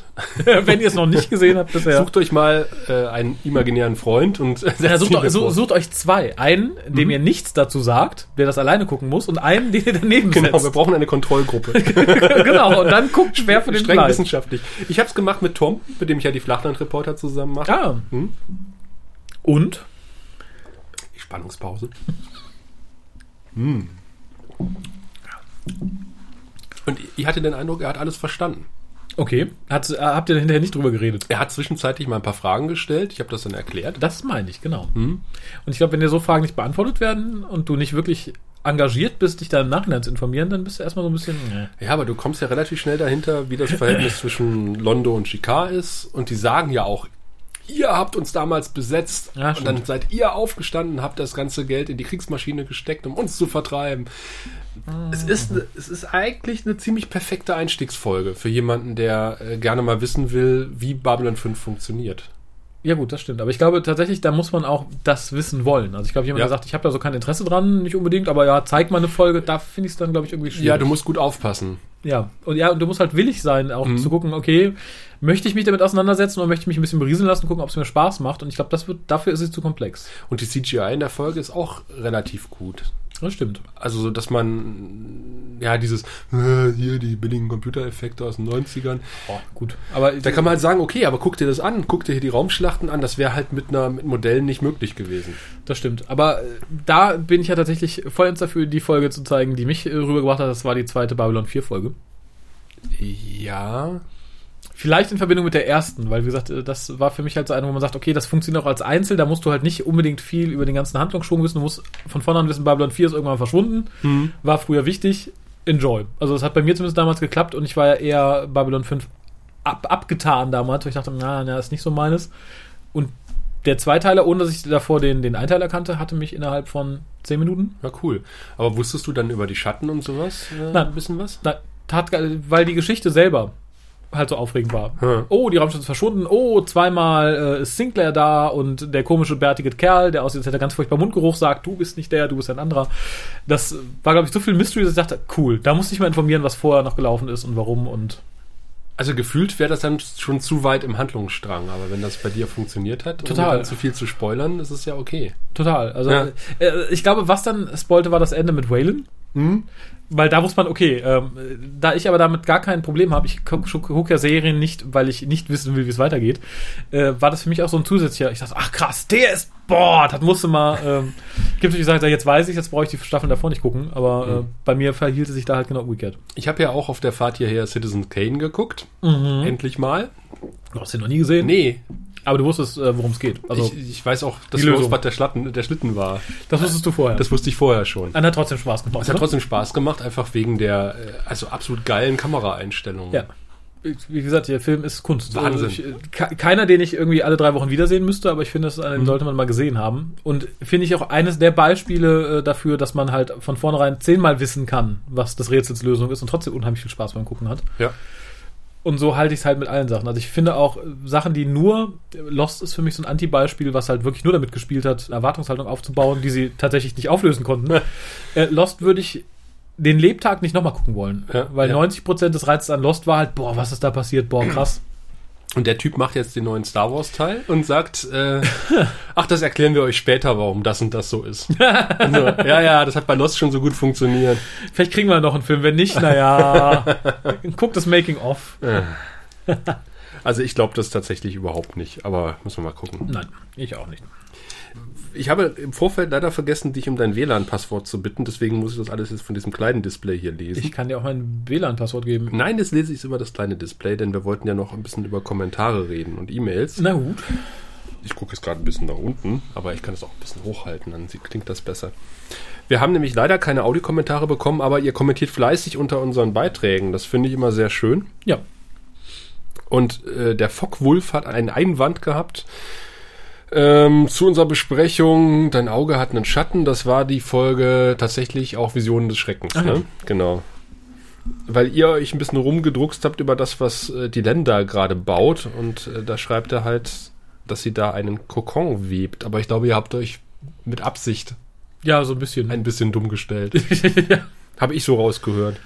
Speaker 2: wenn ihr es noch nicht gesehen habt bisher.
Speaker 1: Sucht euch mal äh, einen imaginären Freund und äh, setzt
Speaker 2: Ja,
Speaker 1: ihn
Speaker 2: sucht, Mhm. eu-
Speaker 1: davor.
Speaker 2: su- sucht euch zwei. Einen, dem ihr nichts dazu sagt, der das alleine gucken muss, und einen, den ihr daneben
Speaker 1: Genau, wir
Speaker 2: setzt.
Speaker 1: brauchen eine Kontrollgruppe.
Speaker 2: genau, und dann guckt schwer für den
Speaker 1: Streng
Speaker 2: Preis.
Speaker 1: wissenschaftlich. Ich habe es gemacht mit Tom, mit dem ich ja die Flachlandreporter zusammen mache.
Speaker 2: Ah.
Speaker 1: Hm?
Speaker 2: Und?
Speaker 1: Spannungspause. Hm. Und ich hatte den Eindruck, er hat alles verstanden.
Speaker 2: Okay. Hat, äh, habt ihr hinterher nicht drüber geredet?
Speaker 1: Er hat zwischenzeitlich mal ein paar Fragen gestellt. Ich habe das dann erklärt.
Speaker 2: Das meine ich, genau. Und ich glaube, wenn dir so Fragen nicht beantwortet werden und du nicht wirklich engagiert bist, dich da im Nachhinein zu informieren, dann bist du erstmal so ein bisschen. äh.
Speaker 1: Ja, aber du kommst ja relativ schnell dahinter, wie das Verhältnis zwischen Londo und Chicard ist. Und die sagen ja auch, ihr habt uns damals besetzt.
Speaker 2: Ja,
Speaker 1: und
Speaker 2: stimmt.
Speaker 1: dann seid ihr aufgestanden, habt das ganze Geld in die Kriegsmaschine gesteckt, um uns zu vertreiben.
Speaker 2: Ah.
Speaker 1: Es, ist, ne- es ist eigentlich eine ziemlich perfekte Einstiegsfolge für jemanden, der äh, gerne mal wissen will, wie Babylon 5 funktioniert.
Speaker 2: Ja, gut, das stimmt. Aber ich glaube tatsächlich, da muss man auch das wissen wollen. Also, ich glaube, jemand,
Speaker 1: Ja.
Speaker 2: der sagt, ich habe da so kein Interesse dran, nicht unbedingt, aber ja, zeig mal eine Folge, da finde ich es dann, glaube ich, irgendwie schwierig.
Speaker 1: Ja, du musst gut aufpassen.
Speaker 2: Ja, und ja, und du musst halt willig sein, auch
Speaker 1: Mhm.
Speaker 2: zu gucken, okay, möchte ich mich damit auseinandersetzen oder möchte ich mich ein bisschen berieseln lassen, gucken, ob es mir Spaß macht. Und ich glaube, das wird, dafür ist es zu komplex.
Speaker 1: Und die CGI in der Folge ist auch relativ gut.
Speaker 2: Das stimmt.
Speaker 1: Also, so, dass man, ja, dieses, äh, hier die billigen Computereffekte aus den 90ern.
Speaker 2: gut. Aber
Speaker 1: Da kann man halt sagen, okay, aber guck dir das an, guck dir hier die Raumschlachten an, das wäre halt mit einer mit Modellen nicht möglich gewesen.
Speaker 2: das stimmt. Aber äh, da bin ich ja tatsächlich vollends dafür, die Folge zu zeigen, die mich äh, rübergebracht hat. Das war die zweite Babylon 4 Folge.
Speaker 1: Ja.
Speaker 2: Vielleicht in Verbindung mit der ersten, weil wie gesagt, äh, das war für mich halt so eine, wo man sagt, okay, das funktioniert auch als Einzel, da musst du halt nicht unbedingt viel über den ganzen Handlungsschwung wissen, du musst von vornherein wissen, Babylon 4 ist irgendwann verschwunden,
Speaker 1: Hm.
Speaker 2: war früher wichtig, enjoy. Also das hat bei mir zumindest damals geklappt und ich war ja eher Babylon 5 ab, abgetan damals, weil ich dachte, na, na, ist nicht so meines. Und der Zweiteiler, ohne dass ich davor den, den Einteiler kannte, hatte mich innerhalb von 10 Minuten.
Speaker 1: Ja, cool. Aber wusstest du dann über die Schatten und sowas äh,
Speaker 2: Nein.
Speaker 1: ein bisschen was?
Speaker 2: Na, tat, ge- weil die Geschichte selber halt so aufregend war.
Speaker 1: Hm.
Speaker 2: Oh, die Raumstation ist verschwunden. Oh, zweimal äh, ist Sinclair da und der komische bärtige Kerl, der aussieht, als hätte er ganz furchtbar Mundgeruch, sagt, du bist nicht der, du bist ein anderer. Das äh, war, glaube ich, so viel Mystery, dass ich dachte, cool, da muss ich mal informieren, was vorher noch gelaufen ist und warum und
Speaker 1: Also gefühlt wäre das dann schon zu weit im Handlungsstrang, aber wenn das bei dir funktioniert hat,
Speaker 2: Total.
Speaker 1: ohne dann zu viel zu spoilern, ist es ja okay.
Speaker 2: Total. Also
Speaker 1: Ja.
Speaker 2: äh, ich glaube, was dann spoilte, war das Ende mit Waylon.
Speaker 1: Mhm.
Speaker 2: Weil da wusste man, okay, ähm, äh, da ich aber damit gar kein Problem habe, ich gucke guck ja Serien nicht, weil ich nicht wissen will, wie es weitergeht, äh, war das für mich auch so ein zusätzlicher, ich dachte, ach krass, der ist, boah, das musste mal, ähm, gibt natürlich gesagt, jetzt weiß ich, jetzt brauche ich die Staffeln davor nicht gucken, aber äh,
Speaker 1: Mhm.
Speaker 2: bei mir verhielt es sich da halt genau umgekehrt.
Speaker 1: Ich habe ja auch auf der Fahrt hierher Citizen Kane geguckt.
Speaker 2: Mhm.
Speaker 1: Endlich mal.
Speaker 2: Du hast den noch nie gesehen,
Speaker 1: Nee,
Speaker 2: aber du wusstest, äh, worum es geht. Also,
Speaker 1: ich, ich weiß auch, dass
Speaker 2: die Lösung.
Speaker 1: Rosebud der, Schlatten, der Schlitten war.
Speaker 2: das wusstest du vorher.
Speaker 1: Das wusste ich vorher schon.
Speaker 2: Dann hat trotzdem Spaß gemacht.
Speaker 1: Es hat
Speaker 2: oder?
Speaker 1: trotzdem Spaß gemacht, einfach wegen der äh, also absolut geilen Kameraeinstellung.
Speaker 2: Ja. wie gesagt, der Film ist Kunst. Also
Speaker 1: Wahnsinn.
Speaker 2: Ich, ke- keiner, den ich irgendwie alle drei Wochen wiedersehen müsste, aber ich finde, das ist einer, den sollte man mal gesehen haben. Und finde ich auch eines der Beispiele äh, dafür, dass man halt von vornherein zehnmal wissen kann, was das Rätsels Lösung ist und trotzdem unheimlich viel Spaß beim Gucken hat.
Speaker 1: Ja.
Speaker 2: Und so halte ich es halt mit allen Sachen. Also ich finde auch äh, Sachen, die nur, Lost ist für mich so ein Anti-Beispiel, was halt wirklich nur damit gespielt hat, eine Erwartungshaltung aufzubauen, die sie tatsächlich nicht auflösen konnten. Äh, Lost würde ich den Lebtag nicht nochmal gucken wollen.
Speaker 1: Ja,
Speaker 2: weil
Speaker 1: ja.
Speaker 2: 90% des Reizes an Lost war halt, boah, was ist da passiert? Boah, krass.
Speaker 1: Und der Typ macht jetzt den neuen Star Wars Teil und sagt, äh, ach, das erklären wir euch später, warum das und das so ist. Also, ja, ja, das hat bei Lost schon so gut funktioniert.
Speaker 2: Vielleicht kriegen wir noch einen Film, wenn nicht, naja. Guck das Making-of.
Speaker 1: Äh. Also ich glaube das tatsächlich überhaupt nicht, aber müssen wir mal gucken.
Speaker 2: Nein, ich auch nicht.
Speaker 1: Ich habe im Vorfeld leider vergessen, dich um dein WLAN-Passwort zu bitten, deswegen muss ich das alles jetzt von diesem kleinen Display hier lesen.
Speaker 2: Ich kann dir auch mein WLAN-Passwort geben.
Speaker 1: Nein, jetzt lese ich es über das kleine Display, denn wir wollten ja noch ein bisschen über Kommentare reden und E-Mails.
Speaker 2: Na gut.
Speaker 1: Ich gucke jetzt gerade ein bisschen nach unten, aber ich kann es auch ein bisschen hochhalten, dann sie- klingt das besser. Wir haben nämlich leider keine Audiokommentare bekommen, aber ihr kommentiert fleißig unter unseren Beiträgen. Das finde ich immer sehr schön.
Speaker 2: Ja.
Speaker 1: Und äh, der Fockwulf hat einen Einwand gehabt ähm, zu unserer Besprechung. Dein Auge hat einen Schatten. Das war die Folge tatsächlich auch Visionen des Schreckens.
Speaker 2: Ach ja.
Speaker 1: Ne? Genau. Weil ihr euch ein bisschen rumgedruckst habt über das, was äh, die Länder gerade baut. Und äh, da schreibt er halt, dass sie da einen Kokon webt. Aber ich glaube, ihr habt euch mit Absicht
Speaker 2: Ja, so ein bisschen.
Speaker 1: ein bisschen dumm gestellt. Habe ich so rausgehört.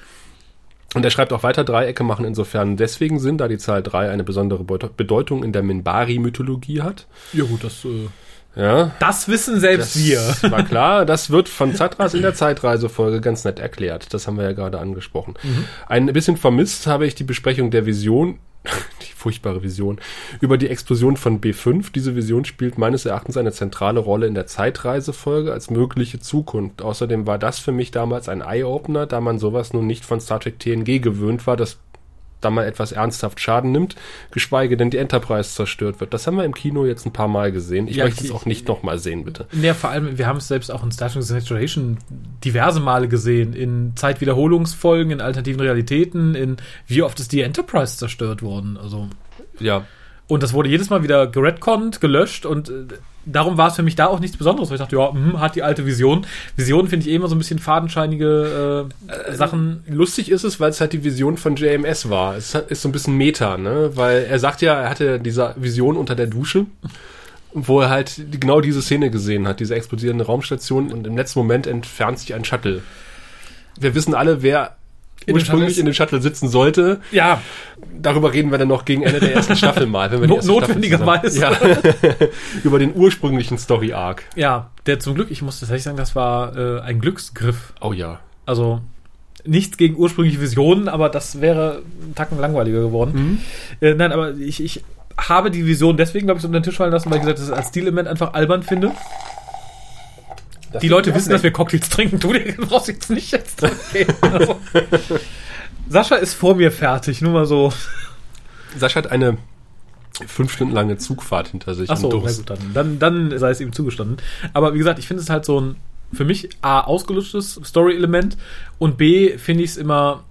Speaker 1: Und er schreibt auch weiter, Dreiecke machen insofern deswegen Sinn, da die Zahl 3 eine besondere Beut- Bedeutung in der Minbari-Mythologie hat.
Speaker 2: ja, gut, das, äh,
Speaker 1: Ja,
Speaker 2: das wissen selbst
Speaker 1: das
Speaker 2: wir.
Speaker 1: war klar. Das wird von Zatras in der Zeitreisefolge ganz nett erklärt. Das haben wir ja gerade angesprochen.
Speaker 2: Mhm.
Speaker 1: Ein bisschen vermisst habe ich die Besprechung der Vision, die furchtbare Vision, über die Explosion von B5. Diese Vision spielt meines Erachtens eine zentrale Rolle in der Zeitreisefolge als mögliche Zukunft. Außerdem war das für mich damals ein Eye-Opener, da man sowas nun nicht von Star Trek TNG gewöhnt war, dass da man etwas ernsthaft Schaden nimmt, geschweige denn die Enterprise zerstört wird. Das haben wir im Kino jetzt ein paar Mal gesehen. Ich
Speaker 2: Ja,
Speaker 1: möchte
Speaker 2: ich-
Speaker 1: es auch nicht nochmal sehen, bitte.
Speaker 2: Ja, vor allem, wir haben es selbst auch in Star Trek The Next Generation diverse Male gesehen. In Zeitwiederholungsfolgen, in alternativen Realitäten, in wie oft ist die Enterprise zerstört worden. Also.
Speaker 1: Ja,
Speaker 2: Und das wurde jedes Mal wieder geredconnt, gelöscht und äh, darum war es für mich da auch nichts Besonderes, weil ich dachte, ja, hm, hat die alte Vision. Visionen finde ich eh immer so ein bisschen fadenscheinige äh, Sachen.
Speaker 1: lustig ist es, weil es halt die Vision von JMS war. Es hat- ist so ein bisschen Meta, ne? Weil er sagt ja, er hatte diese Vision unter der Dusche, wo er halt die- genau diese Szene gesehen hat, diese explodierende Raumstation und im letzten Moment entfernt sich ein Shuttle. Wir wissen alle, wer
Speaker 2: In dem Shuttle
Speaker 1: ursprünglich
Speaker 2: ist-
Speaker 1: in dem Shuttle sitzen sollte.
Speaker 2: Ja,
Speaker 1: Darüber reden wir dann noch gegen Ende der ersten Staffel mal. Wenn wir die
Speaker 2: No-
Speaker 1: erste
Speaker 2: notwendigerweise.
Speaker 1: Staffel zusammen- Ja. Über den ursprünglichen Story-Arc.
Speaker 2: ja, der zum Glück, ich muss tatsächlich sagen, das war äh, ein Glücksgriff.
Speaker 1: Oh ja.
Speaker 2: Also nichts gegen ursprüngliche Visionen, aber das wäre einen Tacken langweiliger geworden. Äh, nein, aber ich, ich habe die Vision deswegen, glaube ich, so unter den Tisch fallen lassen, weil ich gesagt, dass ich das als Stilelement einfach albern finde. Die Leute wissen, dass wir Cocktails trinken. Du den brauchst jetzt nicht jetzt dran gehen. Also, Sascha ist vor mir fertig, nur mal so.
Speaker 1: Sascha hat eine fünf Stunden lange Zugfahrt hinter sich.
Speaker 2: Achso,
Speaker 1: im
Speaker 2: na
Speaker 1: Durst.
Speaker 2: gut, dann, dann, dann sei es ihm zugestanden. Aber wie gesagt, ich finde es halt so ein für mich A, ausgelutschtes Story-Element und B, finde ich es immer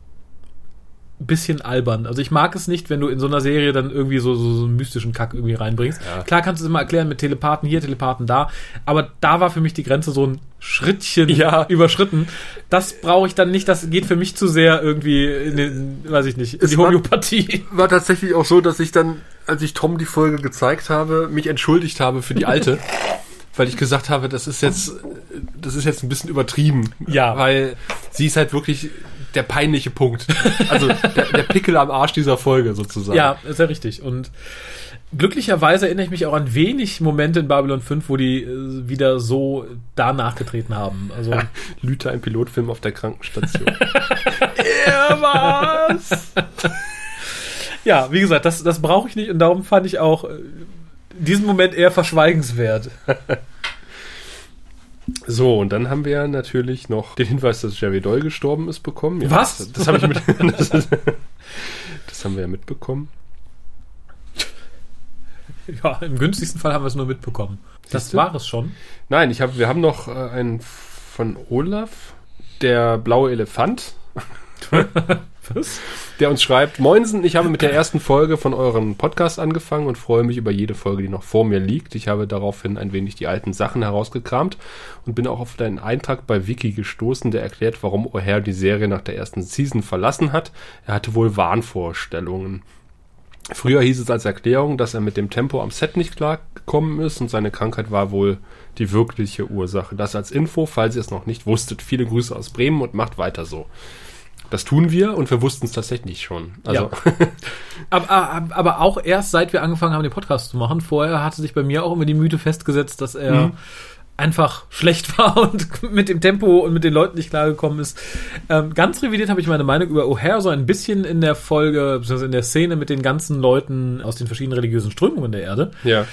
Speaker 2: ein bisschen albern. Also ich mag es nicht, wenn du in so einer Serie dann irgendwie so, so, so einen mystischen Kack irgendwie reinbringst.
Speaker 1: Ja.
Speaker 2: Klar kannst du es immer erklären mit Telepathen hier, Telepathen da, aber da war für mich die Grenze so ein Schrittchen
Speaker 1: Ja.
Speaker 2: überschritten. Das brauche ich dann nicht, das geht für mich zu sehr irgendwie in den, weiß ich nicht, in
Speaker 1: Es
Speaker 2: die
Speaker 1: war-
Speaker 2: Homöopathie.
Speaker 1: war tatsächlich auch so, dass ich dann, als ich Tom die Folge gezeigt habe, mich entschuldigt habe für die alte, weil ich gesagt habe, das ist jetzt, das ist jetzt ein bisschen übertrieben.
Speaker 2: Ja.
Speaker 1: Weil sie ist halt wirklich der peinliche Punkt. Also der, der Pickel am Arsch dieser Folge sozusagen.
Speaker 2: Ja, ist ja richtig. Und glücklicherweise erinnere ich mich auch an wenig Momente in Babylon 5, wo die äh, wieder so da nachgetreten haben. Also,
Speaker 1: Lüter im Pilotfilm auf der Krankenstation.
Speaker 2: was? ja, wie gesagt, das, das brauche ich nicht und darum fand ich auch äh, diesen Moment eher verschweigenswert.
Speaker 1: So, und dann haben wir natürlich noch den Hinweis, dass Jerry Doyle gestorben ist, bekommen. Ja,
Speaker 2: Was?
Speaker 1: Das, das, hab ich mit, das, das haben wir ja mitbekommen.
Speaker 2: Ja, im günstigsten Fall haben wir es nur mitbekommen. Das
Speaker 1: Siehst du?
Speaker 2: war es schon.
Speaker 1: Nein, ich hab, wir haben noch äh, einen von Olaf, der blaue Elefant.
Speaker 2: Was?
Speaker 1: der uns schreibt, Moinsen, ich habe mit der ersten Folge von eurem Podcast angefangen und freue mich über jede Folge, die noch vor mir liegt. Ich habe daraufhin ein wenig die alten Sachen herausgekramt und bin auch auf deinen Eintrag bei Wiki gestoßen, der erklärt, warum O'Hare die Serie nach der ersten Season verlassen hat. Er hatte wohl Wahnvorstellungen. Früher hieß es als Erklärung, dass er mit dem Tempo am Set nicht klar gekommen ist und seine Krankheit war wohl die wirkliche Ursache. Das als Info, falls ihr es noch nicht wusstet. Viele Grüße aus Bremen und macht weiter so. Das tun wir und wir wussten es tatsächlich schon. Also
Speaker 2: Aber, aber, aber auch erst seit wir angefangen haben, den Podcast zu machen. Vorher hatte sich bei mir auch immer die Mythe festgesetzt, dass er einfach schlecht war und mit dem Tempo und mit den Leuten nicht klargekommen ist. Ähm, ganz revidiert habe ich meine Meinung über O'Hare so ein bisschen in der Folge, beziehungsweise in der Szene mit den ganzen Leuten aus den verschiedenen religiösen Strömungen der Erde.
Speaker 1: ja,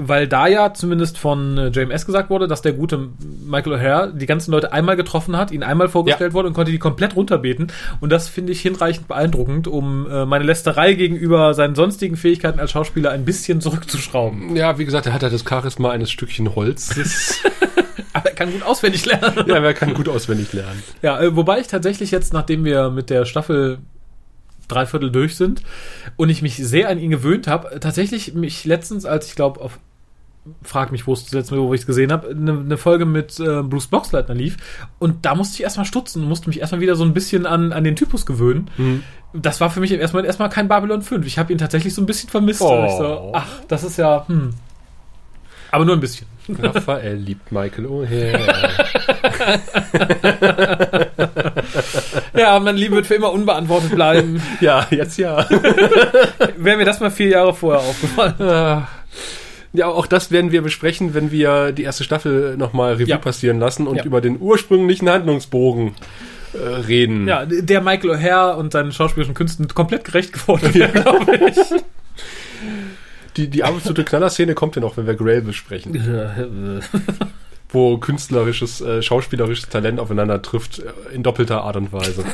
Speaker 2: Weil da ja zumindest von äh, JMS gesagt wurde, dass der gute Michael O'Hare die ganzen Leute einmal getroffen hat, ihnen einmal vorgestellt
Speaker 1: Ja.
Speaker 2: wurde und konnte die komplett runterbeten. Und das finde ich hinreichend beeindruckend, um äh, meine Lästerei gegenüber seinen sonstigen Fähigkeiten als Schauspieler ein bisschen zurückzuschrauben.
Speaker 1: ja, wie gesagt, er hat halt das Charisma eines Stückchen Holzes.
Speaker 2: Aber er kann gut auswendig lernen.
Speaker 1: ja, wer kann gut auswendig lernen?
Speaker 2: Ja, äh, wobei ich tatsächlich jetzt, nachdem wir mit der Staffel dreiviertel durch sind und ich mich sehr an ihn gewöhnt habe, äh, tatsächlich mich letztens, als ich glaube, auf Frag mich, wo es das letzte Mal, wo ich es gesehen habe, eine ne Folge mit äh, Bruce Boxleitner lief. Und da musste ich erstmal stutzen, musste mich erstmal wieder so ein bisschen an, an den Typus gewöhnen.
Speaker 1: Mhm.
Speaker 2: Das war für mich im ersten Moment erstmal kein Babylon 5. Ich habe ihn tatsächlich so ein bisschen vermisst. Und Ich so,
Speaker 1: Oh.
Speaker 2: ach, das ist ja, hm. Aber nur ein bisschen.
Speaker 1: Raphael liebt Michael O'Hare.
Speaker 2: Ja, mein Lieben wird für immer unbeantwortet bleiben.
Speaker 1: ja, jetzt ja.
Speaker 2: Wäre mir das mal vier Jahre vorher aufgefallen.
Speaker 1: Äh. Ja, auch das werden wir besprechen, wenn wir die erste Staffel nochmal Revue
Speaker 2: Ja.
Speaker 1: passieren lassen und
Speaker 2: Ja.
Speaker 1: über den ursprünglichen Handlungsbogen äh, reden.
Speaker 2: Ja, der Michael O'Hare und seinen schauspielerischen Künsten komplett gerecht geworden wäre, glaube ich.
Speaker 1: Die, die absolute Knallerszene kommt ja noch, wenn wir Grail besprechen, wo künstlerisches, äh, schauspielerisches Talent aufeinander trifft, äh, in doppelter Art und Weise.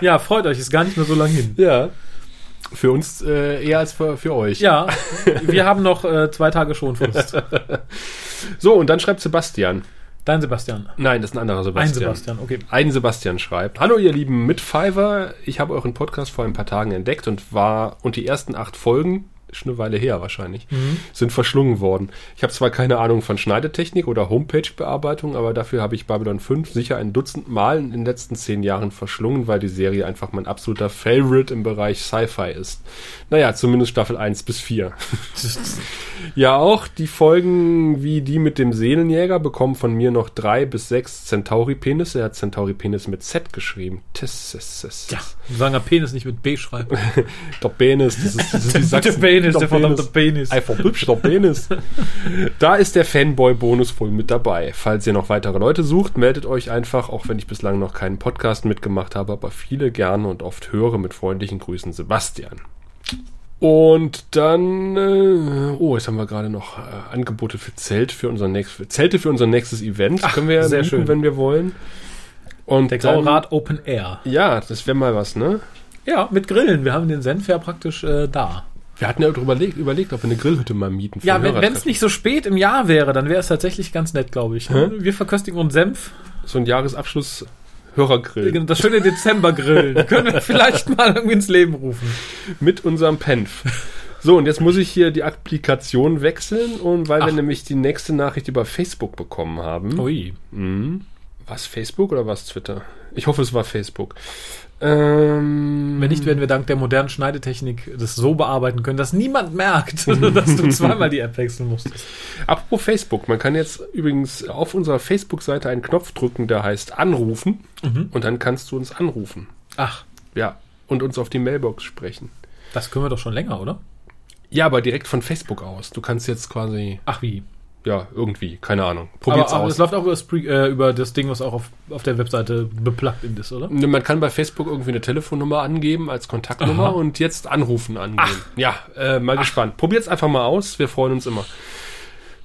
Speaker 2: ja, freut euch, ist gar nicht mehr so lang hin.
Speaker 1: ja. Für uns äh, eher als für, für euch.
Speaker 2: Ja, wir haben noch äh, zwei Tage Schonfrist.
Speaker 1: So, und dann schreibt Sebastian.
Speaker 2: Dein Sebastian.
Speaker 1: Nein, das ist ein anderer Sebastian.
Speaker 2: Ein Sebastian, okay.
Speaker 1: Ein Sebastian schreibt, Hallo ihr lieben Mitfiver, ich habe euren Podcast vor ein paar Tagen entdeckt und war, und die ersten acht Folgen, schon eine Weile her wahrscheinlich, sind verschlungen worden. Ich habe zwar keine Ahnung von Schneidetechnik oder Homepage-Bearbeitung, aber dafür habe ich Babylon 5 sicher ein Dutzend Mal in den letzten zehn Jahren verschlungen, weil die Serie einfach mein absoluter Favorite im Bereich Sci-Fi ist. Naja, zumindest Staffel 1 bis 4. Ja, auch die Folgen wie die mit dem Seelenjäger bekommen von mir noch drei bis sechs Centauri-Penisse. Er hat Centauri-Penis mit Z geschrieben. Tesses.
Speaker 2: Ja, sagen wir Penis nicht mit B schreiben.
Speaker 1: Der Penis, das ist, das ist wie Sachsen.
Speaker 2: Penis.
Speaker 1: Einfach hübsch, der Penis. Da ist der Fanboy-Bonus wohl mit dabei. Falls ihr noch weitere Leute sucht, meldet euch einfach, auch wenn ich bislang noch keinen Podcast mitgemacht habe, aber viele gerne und oft höre. Mit freundlichen Grüßen, Sebastian. Und dann, äh, oh, jetzt haben wir gerade noch äh, Angebote für Zelt für unser nächstes, Zelte für unser nächstes Event. Können wir ja
Speaker 2: sehr
Speaker 1: mieten,
Speaker 2: schön.
Speaker 1: wenn wir wollen. Und
Speaker 2: Der
Speaker 1: dann-
Speaker 2: Graurat Open Air.
Speaker 1: Ja, das wäre mal was, ne?
Speaker 2: Ja, mit Grillen. Wir haben den Senf ja praktisch äh, da.
Speaker 1: Wir hatten ja darüber überlegt, überlegt, ob wir eine Grillhütte mal mieten. für
Speaker 2: Ja,
Speaker 1: ein
Speaker 2: wenn es
Speaker 1: Hörertreffen.
Speaker 2: nicht so spät im Jahr wäre, dann wäre es tatsächlich ganz nett, glaube ich. Wir verköstigen uns Senf
Speaker 1: so ein Jahresabschluss Hörergrill.
Speaker 2: Das schöne Dezembergrillen. Können wir vielleicht mal irgendwie ins Leben rufen.
Speaker 1: mit unserem Penf. So, und jetzt muss ich hier die Applikation wechseln und weil wir
Speaker 2: Ach. Oh
Speaker 1: nämlich die nächste Nachricht über Facebook bekommen haben. Hm.
Speaker 2: Ui.
Speaker 1: Was Facebook oder was Twitter? Ich hoffe, es war Facebook. Ähm,
Speaker 2: Wenn nicht, werden wir dank der modernen Schneidetechnik das so bearbeiten können, dass niemand merkt, dass du zweimal die App wechseln musstest.
Speaker 1: Apropos Facebook, man kann jetzt übrigens auf unserer Facebook-Seite einen Knopf drücken, der heißt Anrufen
Speaker 2: Mhm.
Speaker 1: und dann kannst du uns anrufen.
Speaker 2: Ach,
Speaker 1: Ja, und uns auf die Mailbox sprechen.
Speaker 2: das können wir doch schon länger, oder?
Speaker 1: Ja, aber direkt von Facebook aus. Du kannst jetzt quasi,
Speaker 2: Ach wie.
Speaker 1: ja, irgendwie, keine Ahnung.
Speaker 2: Aber,
Speaker 1: Probier's
Speaker 2: aber
Speaker 1: aus.
Speaker 2: es läuft auch über, Spre äh, über das Ding, was auch auf, auf der Webseite beplagt ist, oder?
Speaker 1: Ne, Man kann bei Facebook irgendwie eine Telefonnummer angeben als Kontaktnummer und jetzt anrufen angeben. Ja, äh, mal gespannt. Probiert's einfach mal aus, wir freuen uns immer.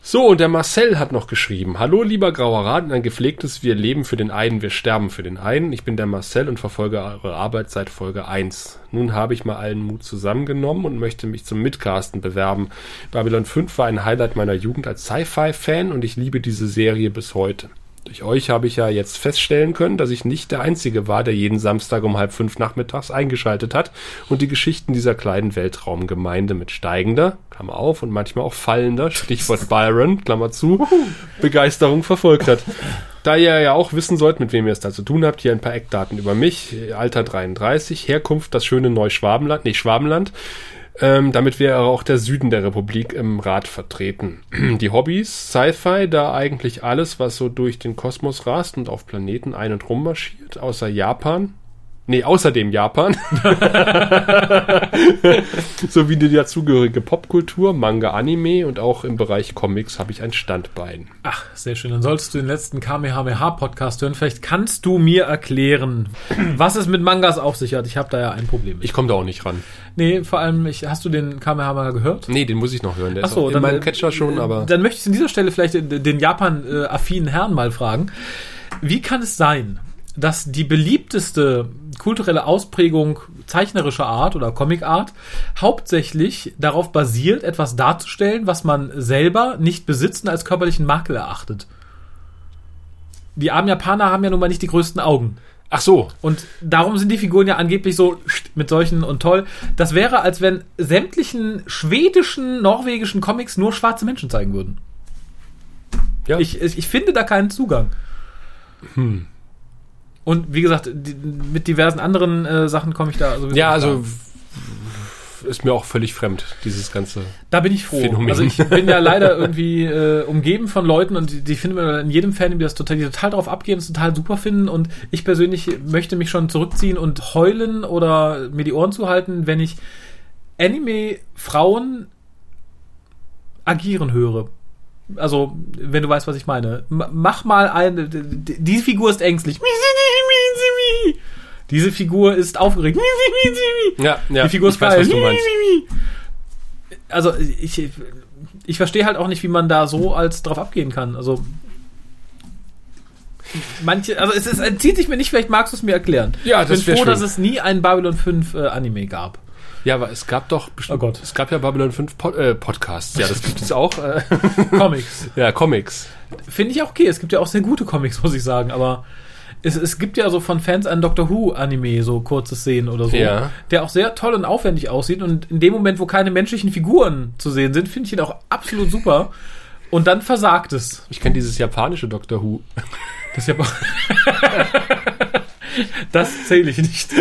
Speaker 1: So, und der Marcel hat noch geschrieben. Hallo, lieber grauer Rat und ein gepflegtes Wir leben für den einen, wir sterben für den einen. Ich bin der Marcel und verfolge eure Arbeit seit Folge 1. Nun habe ich mal allen Mut zusammengenommen und möchte mich zum Mitcasten bewerben. Babylon 5 war ein Highlight meiner Jugend als Sci-Fi-Fan und ich liebe diese Serie bis heute. Durch euch habe ich ja jetzt feststellen können, dass ich nicht der Einzige war, der jeden Samstag um halb fünf nachmittags eingeschaltet hat und die Geschichten dieser kleinen Weltraumgemeinde mit steigender, Klammer auf, und manchmal auch fallender, Stichwort Byron, Klammer zu, Begeisterung verfolgt hat. Da ihr ja auch wissen sollt, mit wem ihr es da zu tun habt, hier ein paar Eckdaten über mich. Alter 33, Herkunft das schöne Neuschwabenland, nee, Schwabenland. Ähm, damit wäre auch der Süden der Republik im Rat vertreten. Die Hobbys, Sci-Fi, da eigentlich alles, was so durch den Kosmos rast und auf Planeten ein- und rummarschiert, außer Japan. Nee, außerdem Japan. Sowie die dazugehörige Popkultur, Manga, Anime und auch im Bereich Comics habe ich ein Standbein.
Speaker 2: Ach, sehr schön. Dann solltest du den letzten KMHMH-Podcast hören. Vielleicht kannst du mir erklären, was es mit Mangas auf sich hat. Ich habe da ja ein Problem. mit.
Speaker 1: Ich komme da auch nicht ran.
Speaker 2: nee, vor allem, ich, hast du den KMHMH gehört?
Speaker 1: Nee, den muss ich noch hören. Der
Speaker 2: Ach so,
Speaker 1: ist auch in
Speaker 2: dann,
Speaker 1: meinem
Speaker 2: äh,
Speaker 1: Catcher schon, aber.
Speaker 2: Dann möchte ich an dieser Stelle vielleicht den, den Japan-affinen Herrn mal fragen. Wie kann es sein, dass die beliebteste kulturelle Ausprägung zeichnerischer Art oder Comic-Art hauptsächlich darauf basiert, etwas darzustellen, was man selber nicht besitzt und als körperlichen Makel erachtet? Die armen Japaner haben ja nun mal nicht die größten Augen.
Speaker 1: Ach so,
Speaker 2: Und darum sind die Figuren ja angeblich so mit solchen und toll. Das wäre, als wenn sämtlichen schwedischen, norwegischen Comics nur schwarze Menschen zeigen würden.
Speaker 1: ja.
Speaker 2: Ich, ich, ich finde da keinen Zugang.
Speaker 1: Hm.
Speaker 2: Und wie gesagt, die, mit diversen anderen äh, Sachen komme ich da sowieso
Speaker 1: Ja,
Speaker 2: nicht
Speaker 1: also
Speaker 2: klar.
Speaker 1: ist mir auch völlig fremd, dieses ganze.
Speaker 2: da bin ich froh.
Speaker 1: Phänomen.
Speaker 2: Also ich bin ja leider irgendwie äh, umgeben von Leuten und die, die finden wir in jedem Fan, die das total, die total drauf abgehen, es total super finden und ich persönlich möchte mich schon zurückziehen und heulen oder mir die Ohren zuhalten, wenn ich Anime-Frauen agieren höre. Also, wenn du weißt, was ich meine. M mach mal eine. d- d- Diese Figur ist ängstlich. Diese Figur ist aufgeregt.
Speaker 1: Ja, ja.
Speaker 2: Die Figur ist
Speaker 1: ich weiß, was
Speaker 2: geil.
Speaker 1: du meinst.
Speaker 2: Also ich, ich verstehe halt auch nicht, wie man da so als drauf abgehen kann. Also manche, also es ist, entzieht sich mir nicht, vielleicht magst du es mir erklären.
Speaker 1: Ja,
Speaker 2: ich bin
Speaker 1: das wär
Speaker 2: froh, dass
Speaker 1: schön.
Speaker 2: es nie einen Babylon 5 äh, Anime gab.
Speaker 1: Ja, aber es gab doch bestimmt.
Speaker 2: Oh Gott.
Speaker 1: Es gab ja Babylon 5 Pod äh, Podcasts. Ja, das gibt es auch. Äh,
Speaker 2: Comics.
Speaker 1: ja, Comics.
Speaker 2: Finde ich auch okay. Es gibt ja auch sehr gute Comics, muss ich sagen, aber es, es gibt ja so von Fans an Doctor Who Anime, so kurze Szenen oder so,
Speaker 1: Ja.
Speaker 2: der auch sehr toll und aufwendig aussieht. Und in dem Moment, wo keine menschlichen Figuren zu sehen sind, finde ich ihn auch absolut super. Und dann versagt es.
Speaker 1: Ich kenne dieses japanische Doctor Who.
Speaker 2: Das, ist ja das zähle ich nicht.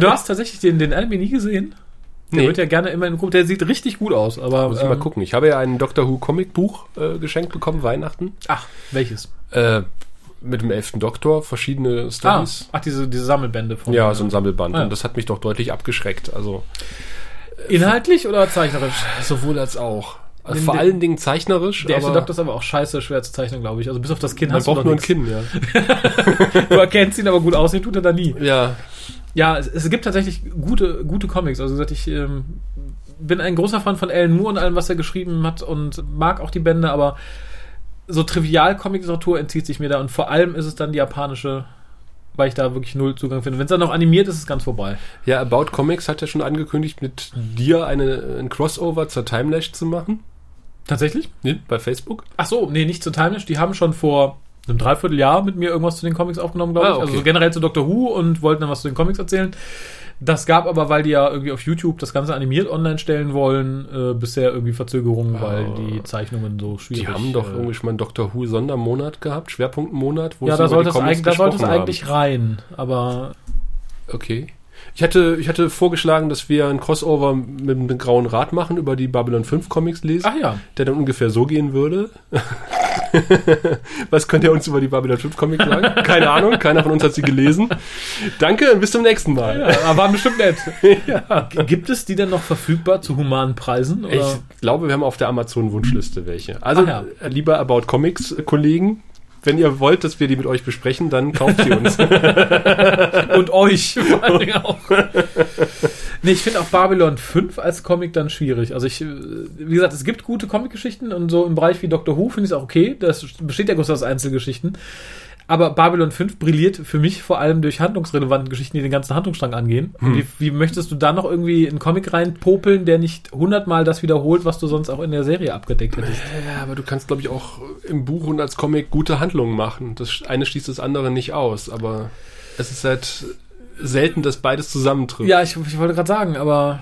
Speaker 2: Du hast tatsächlich den, den Anime nie gesehen. Der
Speaker 1: Nee.
Speaker 2: wird ja gerne immer in Gruppen. Der sieht richtig gut aus, aber. ähm,
Speaker 1: Muss ich mal gucken. Ich habe ja ein Doctor Who Comicbuch äh, geschenkt bekommen, Weihnachten.
Speaker 2: Ach, welches?
Speaker 1: Äh, mit dem elften Doktor, verschiedene
Speaker 2: Ah,
Speaker 1: Stories.
Speaker 2: ach, diese, diese Sammelbände von.
Speaker 1: Ja, so ein Sammelband.
Speaker 2: Ah, ja.
Speaker 1: Und das hat mich doch deutlich abgeschreckt. Also
Speaker 2: Inhaltlich oder zeichnerisch?
Speaker 1: sowohl als auch. Also
Speaker 2: Den-
Speaker 1: vor
Speaker 2: den-
Speaker 1: allen Dingen zeichnerisch,
Speaker 2: Der erste
Speaker 1: aber
Speaker 2: Doktor ist aber auch scheiße schwer zu zeichnen, glaube ich. Also bis auf das Kinn
Speaker 1: man
Speaker 2: hast du
Speaker 1: braucht
Speaker 2: doch
Speaker 1: nur ein
Speaker 2: nix.
Speaker 1: Kinn, ja.
Speaker 2: Du erkennst ihn, aber gut aussehen tut er da nie.
Speaker 1: Ja,
Speaker 2: Ja, es, es gibt tatsächlich gute, gute Comics. Also wie gesagt, ich ähm, bin ein großer Fan von Alan Moore und allem, was er geschrieben hat und mag auch die Bände, aber so trivial Comic-Literatur entzieht sich mir da und vor allem ist es dann die japanische, weil ich da wirklich null Zugang finde. Wenn es dann noch animiert ist, ist es ganz vorbei.
Speaker 1: Ja, About Comics hat ja schon angekündigt, mit dir eine, ein Crossover zur Timelash zu machen.
Speaker 2: Tatsächlich?
Speaker 1: Ne? Bei Facebook.
Speaker 2: Ach so, nee, nicht zu Timelash. Die haben schon vor einem Dreivierteljahr mit mir irgendwas zu den Comics aufgenommen, glaube
Speaker 1: Ah,
Speaker 2: ich.
Speaker 1: okay.
Speaker 2: Also so generell zu Doctor Who und wollten dann was zu den Comics erzählen. Das gab aber, weil die ja irgendwie auf YouTube das Ganze animiert online stellen wollen, äh, bisher irgendwie Verzögerungen, weil die Zeichnungen so
Speaker 1: Ah. Die
Speaker 2: schwierig
Speaker 1: haben doch
Speaker 2: äh,
Speaker 1: irgendwie schon mal einen Doctor Who Sondermonat gehabt, Schwerpunktmonat, wo
Speaker 2: Ja,
Speaker 1: sie
Speaker 2: da
Speaker 1: über die
Speaker 2: sollte, es
Speaker 1: Comics
Speaker 2: eigentlich, da sollte es
Speaker 1: gesprochen haben.
Speaker 2: eigentlich rein, aber
Speaker 1: Okay. Ich hatte, ich hatte vorgeschlagen, dass wir ein Crossover mit dem Grauen Rad machen, über die Babylon 5 Comics lesen,
Speaker 2: ach ja,
Speaker 1: der dann ungefähr so gehen würde. Was könnt ihr uns über die Babylon 5 Comics sagen? Keine Ahnung, keiner von uns hat sie gelesen. Danke, bis zum nächsten Mal.
Speaker 2: ja aber waren bestimmt nett. G- Gibt es die denn noch verfügbar zu humanen Preisen? Oder?
Speaker 1: Ich glaube, wir haben auf der Amazon-Wunschliste welche. Also,
Speaker 2: Ach
Speaker 1: äh, lieber About Comics-Kollegen, wenn ihr wollt, dass wir die mit euch besprechen, dann kauft sie uns.
Speaker 2: Und euch vor allen Dingen auch. Nee, ich finde auch Babylon 5 als Comic dann schwierig. Also ich, äh, wie gesagt, es gibt gute Comicgeschichten und so im Bereich wie Doctor Who finde ich es auch okay. Das besteht ja groß aus Einzelgeschichten. Aber Babylon 5 brilliert für mich vor allem durch handlungsrelevante Geschichten, die den ganzen Handlungsstrang angehen.
Speaker 1: Hm.
Speaker 2: Und Wie, wie möchtest du da noch irgendwie einen Comic reinpopeln, der nicht hundertmal das wiederholt, was du sonst auch in der Serie abgedeckt hättest?
Speaker 1: Ja, aber du kannst, glaube ich, auch im Buch und als Comic gute Handlungen machen. Das eine schließt das andere nicht aus, aber es ist halt selten, dass beides zusammentrifft.
Speaker 2: Ja, ich, ich wollte gerade sagen, aber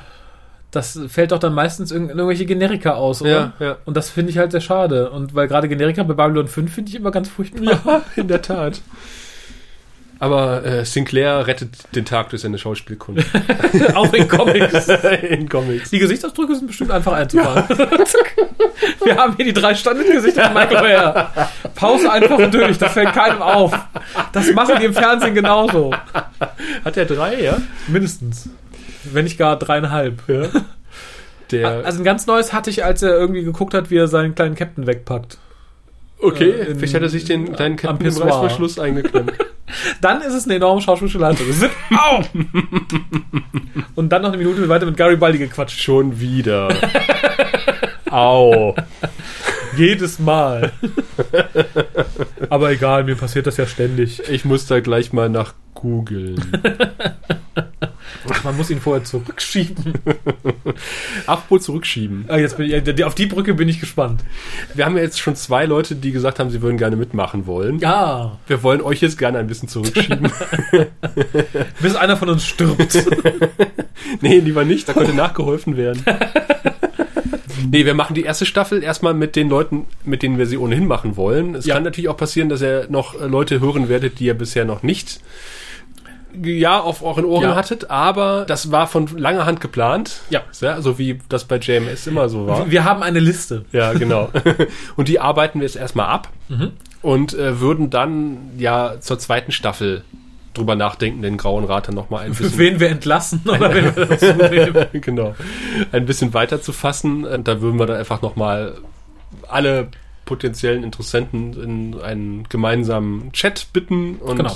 Speaker 2: das fällt doch dann meistens irg irgendwelche Generika aus, oder?
Speaker 1: Ja, ja.
Speaker 2: Und das finde ich halt sehr schade. Und weil gerade Generika bei Babylon 5 finde ich immer ganz furchtbar.
Speaker 1: in der Tat. Aber äh, Sinclair rettet den Tag durch seine Schauspielkunst
Speaker 2: auch in Comics.
Speaker 1: in Comics.
Speaker 2: Die Gesichtsausdrücke sind bestimmt einfach einzufahren. Wir haben hier die drei Standardgesichter von Michael Bayer. Pause einfach und durch, das fällt keinem auf. Das machen die im Fernsehen genauso.
Speaker 1: Hat er drei, ja?
Speaker 2: Mindestens. Wenn nicht gar dreieinhalb.
Speaker 1: Der,
Speaker 2: Also ein ganz neues hatte ich, als er irgendwie geguckt hat, wie er seinen kleinen Captain wegpackt.
Speaker 1: okay,
Speaker 2: äh, in-
Speaker 1: vielleicht hat er sich den kleinen
Speaker 2: am
Speaker 1: Captain im
Speaker 2: Pissoir.
Speaker 1: Reißverschluss eingeklemmt.
Speaker 2: Dann ist es eine enorme schauspielerische Leistung. Sit auf! Und dann noch eine Minute weiter mit Gary Baldi gequatscht.
Speaker 1: Schon wieder. Au.
Speaker 2: Jedes Mal. Aber egal, mir passiert das ja ständig.
Speaker 1: Ich muss da gleich mal nach googeln.
Speaker 2: Man muss ihn vorher zurückschieben.
Speaker 1: Apropos zurückschieben.
Speaker 2: Ah, jetzt bin ich, auf die Brücke bin ich gespannt.
Speaker 1: Wir haben ja jetzt schon zwei Leute, die gesagt haben, sie würden gerne mitmachen wollen.
Speaker 2: Ja.
Speaker 1: Wir wollen euch jetzt gerne ein bisschen zurückschieben.
Speaker 2: Bis einer von uns stirbt.
Speaker 1: nee, lieber nicht, da könnte nachgeholfen werden. Nee, wir machen die erste Staffel erstmal mit den Leuten, mit denen wir sie ohnehin machen wollen. Es
Speaker 2: Ja.
Speaker 1: kann natürlich auch passieren, dass ihr noch äh, Leute hören werdet, die ihr bisher noch nicht ja, auf euren Ohren
Speaker 2: Ja.
Speaker 1: hattet, aber das war von langer Hand geplant.
Speaker 2: Ja.
Speaker 1: Sehr, so wie das bei JMS immer so war.
Speaker 2: Wir haben eine Liste.
Speaker 1: Ja, genau. Und die arbeiten wir jetzt erstmal ab und äh, würden dann ja zur zweiten Staffel drüber nachdenken, den Grauen Rat dann nochmal ein bisschen,
Speaker 2: Wen wir entlassen oder wen wir dazu nehmen.
Speaker 1: genau, ein bisschen weiter zu fassen. Und Da würden wir dann einfach nochmal alle potenziellen Interessenten in einen gemeinsamen Chat bitten und
Speaker 2: Genau.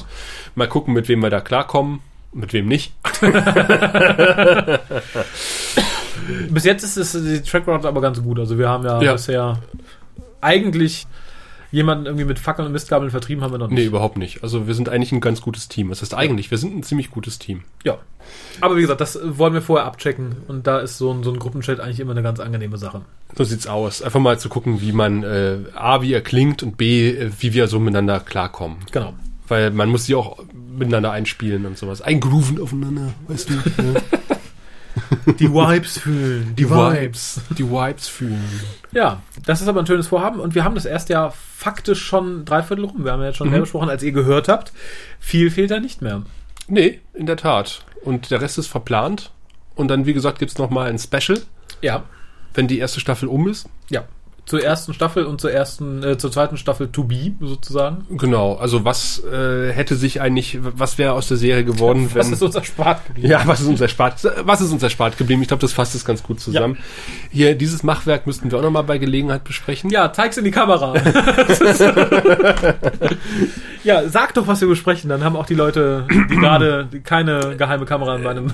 Speaker 1: mal gucken, mit wem wir da klarkommen, mit wem nicht.
Speaker 2: Bis jetzt ist es die Trackground aber ganz gut. Also wir haben ja,
Speaker 1: Ja.
Speaker 2: bisher eigentlich jemanden irgendwie mit Fackeln und Mistgabeln vertrieben haben wir noch
Speaker 1: Nee,
Speaker 2: nicht.
Speaker 1: überhaupt nicht. Also wir sind eigentlich ein ganz gutes Team. Das heißt eigentlich, wir sind ein ziemlich gutes Team.
Speaker 2: Ja. Aber wie gesagt, das äh, wollen wir vorher abchecken und da ist so ein, so ein Gruppenchat eigentlich immer eine ganz angenehme Sache.
Speaker 1: So sieht's aus. Einfach mal zu gucken, wie man äh, A, wie er klingt und B, äh, wie wir so miteinander klarkommen.
Speaker 2: Genau.
Speaker 1: Weil man muss sie auch miteinander einspielen und sowas. Eingrooven aufeinander, weißt du? Ne?
Speaker 2: Die Vibes fühlen. Die
Speaker 1: Die Vibes fühlen.
Speaker 2: Ja, das ist aber ein schönes Vorhaben und wir haben das erste Jahr faktisch schon dreiviertel rum. Wir haben ja jetzt schon mehr besprochen, als ihr gehört habt. Viel fehlt da nicht mehr.
Speaker 1: Nee, in der Tat. Und der Rest ist verplant. Und dann, wie gesagt, gibt's noch mal ein Special,
Speaker 2: Ja,
Speaker 1: wenn die erste Staffel um ist.
Speaker 2: ja. Zur ersten Staffel und zur ersten, äh, zur zweiten Staffel To Be sozusagen.
Speaker 1: Genau, also was äh, hätte sich eigentlich, was wäre aus der Serie geworden,
Speaker 2: Das ist uns erspart geblieben.
Speaker 1: Ja, was ist uns erspart? Was ist uns erspart geblieben? Ich glaube, das fasst es ganz gut zusammen. Hier, dieses Machwerk müssten wir auch nochmal bei Gelegenheit besprechen.
Speaker 2: Ja, zeig's in die Kamera. ja, sag doch, was wir besprechen. Dann haben auch die Leute, die gerade keine geheime Kamera in meinem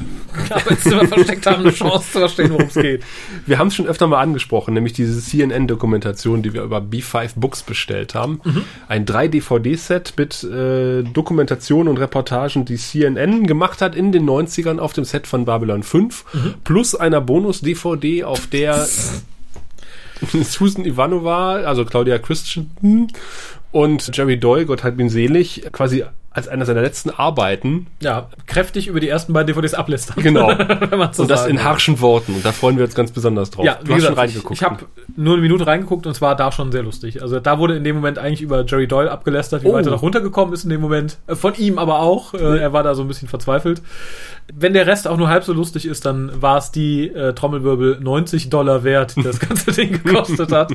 Speaker 2: Arbeitszimmer versteckt haben, eine Chance zu verstehen, worum es geht.
Speaker 1: Wir haben es schon öfter mal angesprochen, nämlich diese CNN-Dokumentation, die wir über B5 Books bestellt haben.
Speaker 2: Mhm.
Speaker 1: Ein 3-DVD-Set mit äh, Dokumentationen und Reportagen, die CNN gemacht hat in den 90ern auf dem Set von Babylon 5,
Speaker 2: Mhm.
Speaker 1: plus einer Bonus-DVD, auf der Susan Ivanova, also Claudia Christian und Jerry Doyle, Gott hat ihn selig, quasi als einer seiner letzten Arbeiten.
Speaker 2: Ja, kräftig über die ersten beiden DVDs ablästern.
Speaker 1: Genau.
Speaker 2: Wenn man so
Speaker 1: und das
Speaker 2: sagen
Speaker 1: in
Speaker 2: will.
Speaker 1: harschen Worten. Und da freuen wir uns ganz besonders drauf.
Speaker 2: Ja,
Speaker 1: du
Speaker 2: wie
Speaker 1: hast
Speaker 2: gesagt,
Speaker 1: schon reingeguckt.
Speaker 2: Ich, ich habe nur eine Minute reingeguckt und es war da schon sehr lustig. Also da wurde in dem Moment eigentlich über Jerry Doyle abgelästert, wie
Speaker 1: Oh.
Speaker 2: weit er noch runtergekommen ist in dem Moment. Äh, Von ihm aber auch. Äh, Er war da so ein bisschen verzweifelt. Wenn der Rest auch nur halb so lustig ist, dann war es die äh, Trommelwirbel 90 Dollar wert, die das ganze Ding gekostet hat.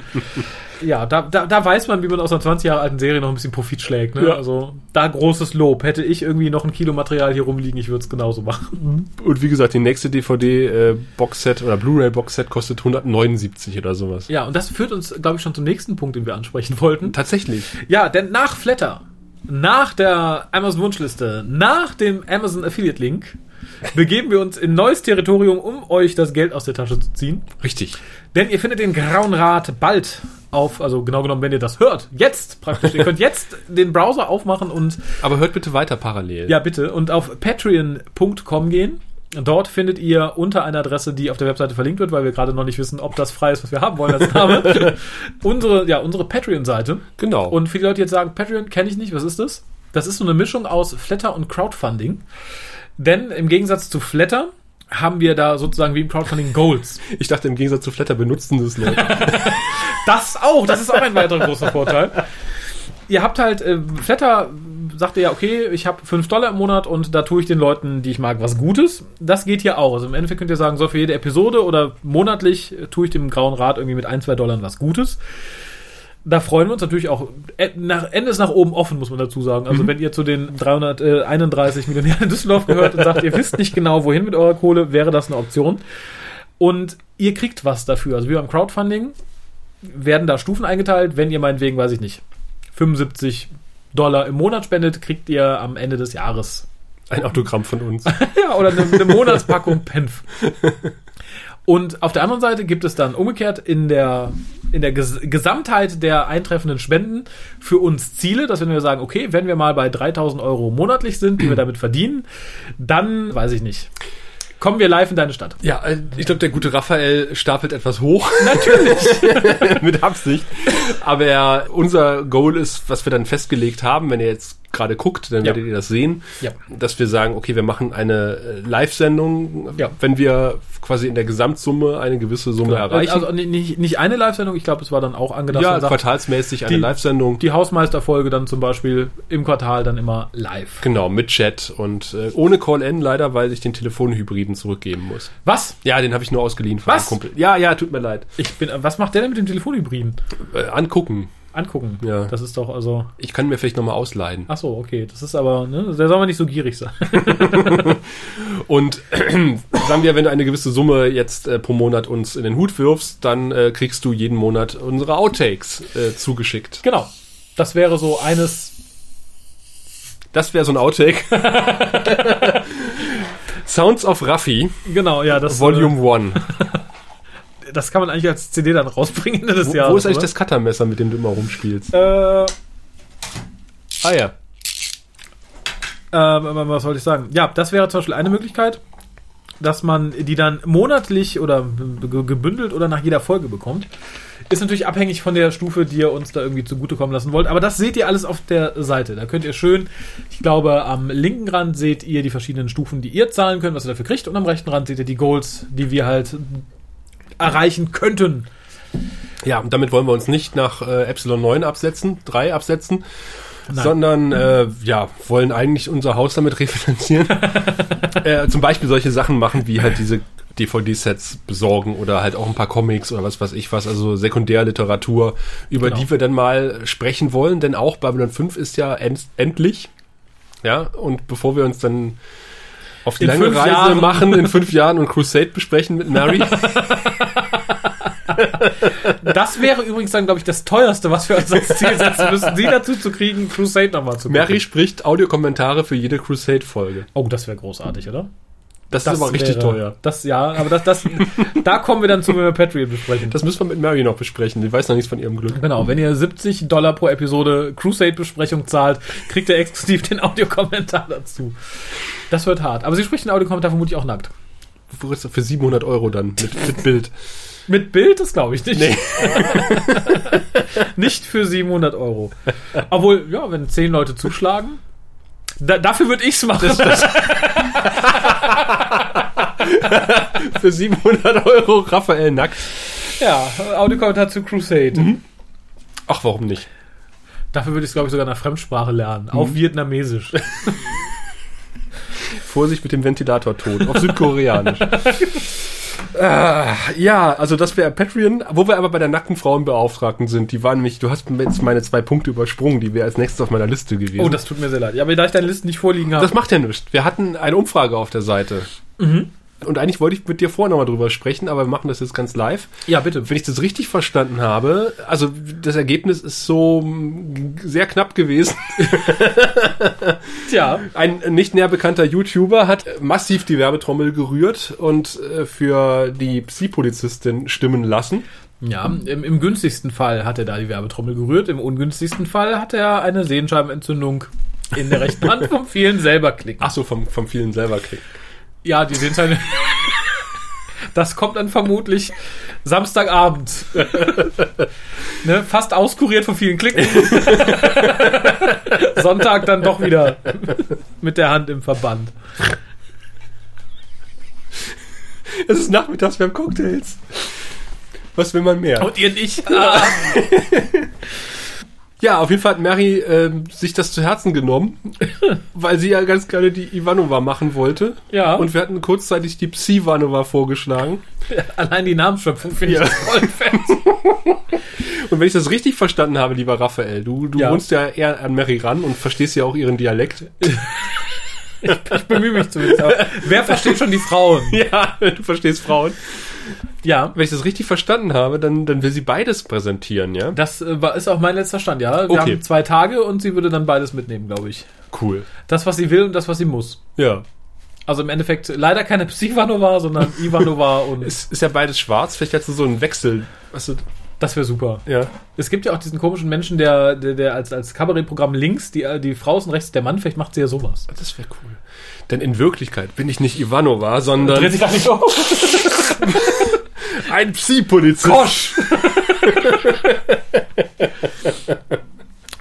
Speaker 2: Ja, da, da, da weiß man, wie man aus einer 20 Jahre alten Serie noch ein bisschen Profit schlägt. Ne?
Speaker 1: Ja.
Speaker 2: Also da großes Lob. Hätte ich irgendwie noch ein Kilo Material hier rumliegen, ich würde es genauso machen.
Speaker 1: Und wie gesagt, die nächste DVD-Boxset äh, oder Blu-ray-Boxset kostet 179 oder sowas.
Speaker 2: Ja, und das führt uns, glaube ich, schon zum nächsten Punkt, den wir ansprechen wollten.
Speaker 1: Tatsächlich.
Speaker 2: Ja, denn nach Flatter, nach der Amazon Wunschliste, nach dem Amazon Affiliate Link begeben wir uns in neues Territorium, um euch das Geld aus der Tasche zu ziehen.
Speaker 1: Richtig.
Speaker 2: Denn ihr findet den Grauen Rat bald auf, also genau genommen, wenn ihr das hört, jetzt praktisch. ihr könnt jetzt den Browser aufmachen und
Speaker 1: Aber hört bitte weiter parallel.
Speaker 2: ja, bitte. Und auf patreon.com gehen. Dort findet ihr unter einer Adresse, die auf der Webseite verlinkt wird, weil wir gerade noch nicht wissen, ob das frei ist, was wir haben wollen als Name. unsere, ja, unsere Patreon-Seite.
Speaker 1: Genau.
Speaker 2: Und viele Leute die jetzt sagen, Patreon kenne ich nicht, was ist das? Das ist so eine Mischung aus Flatter und Crowdfunding. Denn im Gegensatz zu Flatter haben wir da sozusagen wie im Crowdfunding Goals.
Speaker 1: ich dachte, im Gegensatz zu Flatter benutzen das Leute.
Speaker 2: Das auch, das ist auch ein weiterer großer Vorteil. Ihr habt halt, äh, Flatter sagt ihr ja, okay, ich habe 5 Dollar im Monat und da tue ich den Leuten, die ich mag, was Gutes. Das geht hier auch. Also im Endeffekt könnt ihr sagen, so für jede Episode oder monatlich äh, tue ich dem Grauen Rat irgendwie mit 1, 2 Dollar was Gutes. Da freuen wir uns natürlich auch. Äh, Nach, Ende ist nach oben offen, muss man dazu sagen. Also wenn ihr zu den 331 Millionären in Düsseldorf gehört und sagt, ihr wisst nicht genau, wohin mit eurer Kohle, wäre das eine Option. Und ihr kriegt was dafür. Also wie beim Crowdfunding werden da Stufen eingeteilt. Wenn ihr meinetwegen, weiß ich nicht, 75 Dollar im Monat spendet, kriegt ihr am Ende des Jahres
Speaker 1: Ein Autogramm von uns.
Speaker 2: ja, oder eine, eine Monatspackung Penf. Und auf der anderen Seite gibt es dann umgekehrt in der, in der Ges Gesamtheit der eintreffenden Spenden für uns Ziele, dass wenn wir sagen, okay, wenn wir mal bei 3000 Euro monatlich sind, die wir damit verdienen, dann, weiß ich nicht, kommen wir live in deine Stadt.
Speaker 1: Ja, äh, ich glaube, der gute Raphael stapelt etwas hoch.
Speaker 2: Natürlich.
Speaker 1: mit Absicht. Aber er, unser Goal ist, was wir dann festgelegt haben, wenn ihr jetzt gerade guckt, dann
Speaker 2: Ja.
Speaker 1: werdet ihr das sehen,
Speaker 2: Ja.
Speaker 1: dass wir sagen, okay, wir machen eine äh, Live-Sendung,
Speaker 2: Ja.
Speaker 1: wenn wir quasi in der Gesamtsumme eine gewisse Summe erreichen.
Speaker 2: Also nicht, nicht eine Live-Sendung, ich glaube, es war dann auch angedacht.
Speaker 1: ja,
Speaker 2: man sagt,
Speaker 1: quartalsmäßig eine
Speaker 2: die-
Speaker 1: Live-Sendung.
Speaker 2: die Hausmeisterfolge dann zum Beispiel im Quartal dann immer live.
Speaker 1: Genau, mit Chat und äh, ohne Call-In leider, weil ich den Telefonhybriden zurückgeben muss.
Speaker 2: Was?
Speaker 1: Ja, den habe ich nur ausgeliehen von
Speaker 2: Was?
Speaker 1: einem Kumpel. Ja, ja, tut mir leid.
Speaker 2: Ich bin, was macht der denn mit dem Telefonhybriden?
Speaker 1: Äh, angucken.
Speaker 2: Angucken.
Speaker 1: Ja.
Speaker 2: Das ist doch also.
Speaker 1: Ich kann mir vielleicht nochmal ausleihen.
Speaker 2: Ach so, okay. Das ist aber, ne, da soll man nicht so gierig sein.
Speaker 1: Und sagen wir, wenn du eine gewisse Summe jetzt äh, pro Monat uns in den Hut wirfst, dann äh, kriegst du jeden Monat unsere Outtakes äh, zugeschickt.
Speaker 2: genau. Das wäre so eines.
Speaker 1: Das wäre so ein Outtake. Sounds of Raffi,
Speaker 2: Genau, ja, das.
Speaker 1: Volume 1.
Speaker 2: Äh, das kann man eigentlich als CD dann rausbringen Ende des
Speaker 1: Wo,
Speaker 2: Jahres.
Speaker 1: wo ist eigentlich
Speaker 2: oder?
Speaker 1: das Cuttermesser, mit dem du immer rumspielst?
Speaker 2: Äh,
Speaker 1: Ah ja.
Speaker 2: ähm, aber was wollte ich sagen? Ja, das wäre zum Beispiel eine Möglichkeit, dass man die dann monatlich oder ge- gebündelt oder nach jeder Folge bekommt. Ist natürlich abhängig von der Stufe, die ihr uns da irgendwie zugutekommen lassen wollt. Aber das seht ihr alles auf der Seite. Da könnt ihr schön, ich glaube, am linken Rand seht ihr die verschiedenen Stufen, die ihr zahlen könnt, was ihr dafür kriegt. Und am rechten Rand seht ihr die Goals, die wir halt erreichen könnten.
Speaker 1: Ja, und damit wollen wir uns nicht nach äh, Epsilon 9 absetzen, 3 absetzen, sondern äh, ja, wollen eigentlich unser Haus damit refinanzieren. äh, zum Beispiel solche Sachen machen, wie halt diese DVD-Sets besorgen oder halt auch ein paar Comics oder was weiß ich was, also Sekundärliteratur, über
Speaker 2: Genau.
Speaker 1: die wir dann mal sprechen wollen, denn auch Babylon 5 ist ja end endlich. Ja, und bevor wir uns dann auf die
Speaker 2: In
Speaker 1: lange
Speaker 2: fünf
Speaker 1: Reise
Speaker 2: Jahren.
Speaker 1: machen in fünf Jahren und Crusade besprechen mit Mary,
Speaker 2: Das wäre übrigens dann, glaube ich, das teuerste, was wir uns als Ziel setzen müssen, sie dazu zu kriegen, Crusade nochmal zu gucken.
Speaker 1: Mary spricht Audiokommentare für jede Crusade-Folge.
Speaker 2: Oh, das wäre großartig, oder?
Speaker 1: Das, ist aber richtig
Speaker 2: wäre-
Speaker 1: teuer.
Speaker 2: Das ja, aber das, das, da kommen wir dann zu, wenn wir Patreon besprechen.
Speaker 1: Das müssen wir mit Mary noch besprechen. Die weiß noch nichts von ihrem Glück.
Speaker 2: genau, wenn ihr 70 Dollar pro Episode Crusade-Besprechung zahlt, kriegt ihr exklusiv den Audiokommentar dazu. Das wird hart. Aber sie spricht den Audiokommentar vermutlich auch nackt.
Speaker 1: Für 700 Euro dann mit, mit Bild.
Speaker 2: Mit Bild, das glaube ich nicht.
Speaker 1: Nee.
Speaker 2: nicht für 700 Euro. Obwohl, ja, wenn 10 Leute zuschlagen, da, dafür würde ich's machen.
Speaker 1: Für 700 Euro Raphael nackt.
Speaker 2: ja, Audiokommentar zu Crusade.
Speaker 1: Mhm. Ach, warum nicht?
Speaker 2: Dafür würde ich glaube ich, sogar eine Fremdsprache lernen.
Speaker 1: Mhm.
Speaker 2: Auf Vietnamesisch.
Speaker 1: Vorsicht mit dem Ventilatorton. Auf Südkoreanisch. Ah, ja, also das wäre Patreon, wo wir aber bei der nackten Frauenbeauftragten sind. Die waren nämlich, du hast mir jetzt meine zwei Punkte übersprungen, die wäre als nächstes auf meiner Liste gewesen.
Speaker 2: Oh, das tut mir sehr leid. Ja, aber da ich deine Liste nicht vorliegen habe.
Speaker 1: Das macht ja nichts. Wir hatten eine Umfrage auf der Seite. Und eigentlich wollte ich mit dir vorher nochmal drüber sprechen, aber wir machen das jetzt ganz live.
Speaker 2: ja, bitte.
Speaker 1: Wenn ich das richtig verstanden habe, also das Ergebnis ist so mm, sehr knapp gewesen.
Speaker 2: Tja.
Speaker 1: Ein nicht näher bekannter YouTuber hat massiv die Werbetrommel gerührt und äh, für die Psi-Polizistin stimmen lassen.
Speaker 2: Ja, im, im günstigsten Fall hat er da die Werbetrommel gerührt, im ungünstigsten Fall hat er eine Sehenscheibenentzündung in der rechten Hand vom vielen selber klicken.
Speaker 1: Ach so, vom, vom vielen selber klicken.
Speaker 2: Ja, die Sehenscheibe. Das kommt dann vermutlich Samstagabend. ne, fast auskuriert von vielen Klicken. Sonntag dann doch wieder mit der Hand im Verband.
Speaker 1: Es ist nachmittags, wir haben Cocktails. Was will man mehr?
Speaker 2: Und ihr nicht? Ah.
Speaker 1: Ja, auf jeden Fall hat Mary ähm, sich das zu Herzen genommen, weil sie ja ganz gerne die Ivanova machen wollte.
Speaker 2: Ja.
Speaker 1: Und wir hatten kurzzeitig die Psi-Ivanova vorgeschlagen.
Speaker 2: Allein die Namensschöpfung finde
Speaker 1: Ja.
Speaker 2: ich voll fett.
Speaker 1: Und wenn ich das richtig verstanden habe, lieber Raphael, du, du
Speaker 2: Ja.
Speaker 1: wohnst ja eher an Mary ran und verstehst ja auch ihren Dialekt.
Speaker 2: Ich bemühe mich zumindest. Aber wer versteht schon die Frauen?
Speaker 1: Ja, du verstehst Frauen.
Speaker 2: Ja.
Speaker 1: Wenn ich das richtig verstanden habe, dann, dann will sie beides präsentieren, ja?
Speaker 2: Das äh, war- ist auch mein letzter Stand, ja. Wir
Speaker 1: Okay.
Speaker 2: haben zwei Tage und sie würde dann beides mitnehmen, glaube ich.
Speaker 1: Cool.
Speaker 2: Das, was sie will und das, was sie muss.
Speaker 1: Ja.
Speaker 2: Also im Endeffekt leider keine Psyvanova, sondern Ivanova und
Speaker 1: Es ist ja beides schwarz, vielleicht hast du so einen Wechsel. Weißt du,
Speaker 2: das wäre super.
Speaker 1: ja.
Speaker 2: Es gibt ja auch diesen komischen Menschen, der, der, der als, als Kabarettprogramm links, die, äh, die Frau ist und rechts der Mann, vielleicht macht sie ja sowas.
Speaker 1: Das wäre cool. Denn in Wirklichkeit bin ich nicht Ivanova, sondern
Speaker 2: sich gar nicht um.
Speaker 1: ein Psi-Polizist.
Speaker 2: Kosch!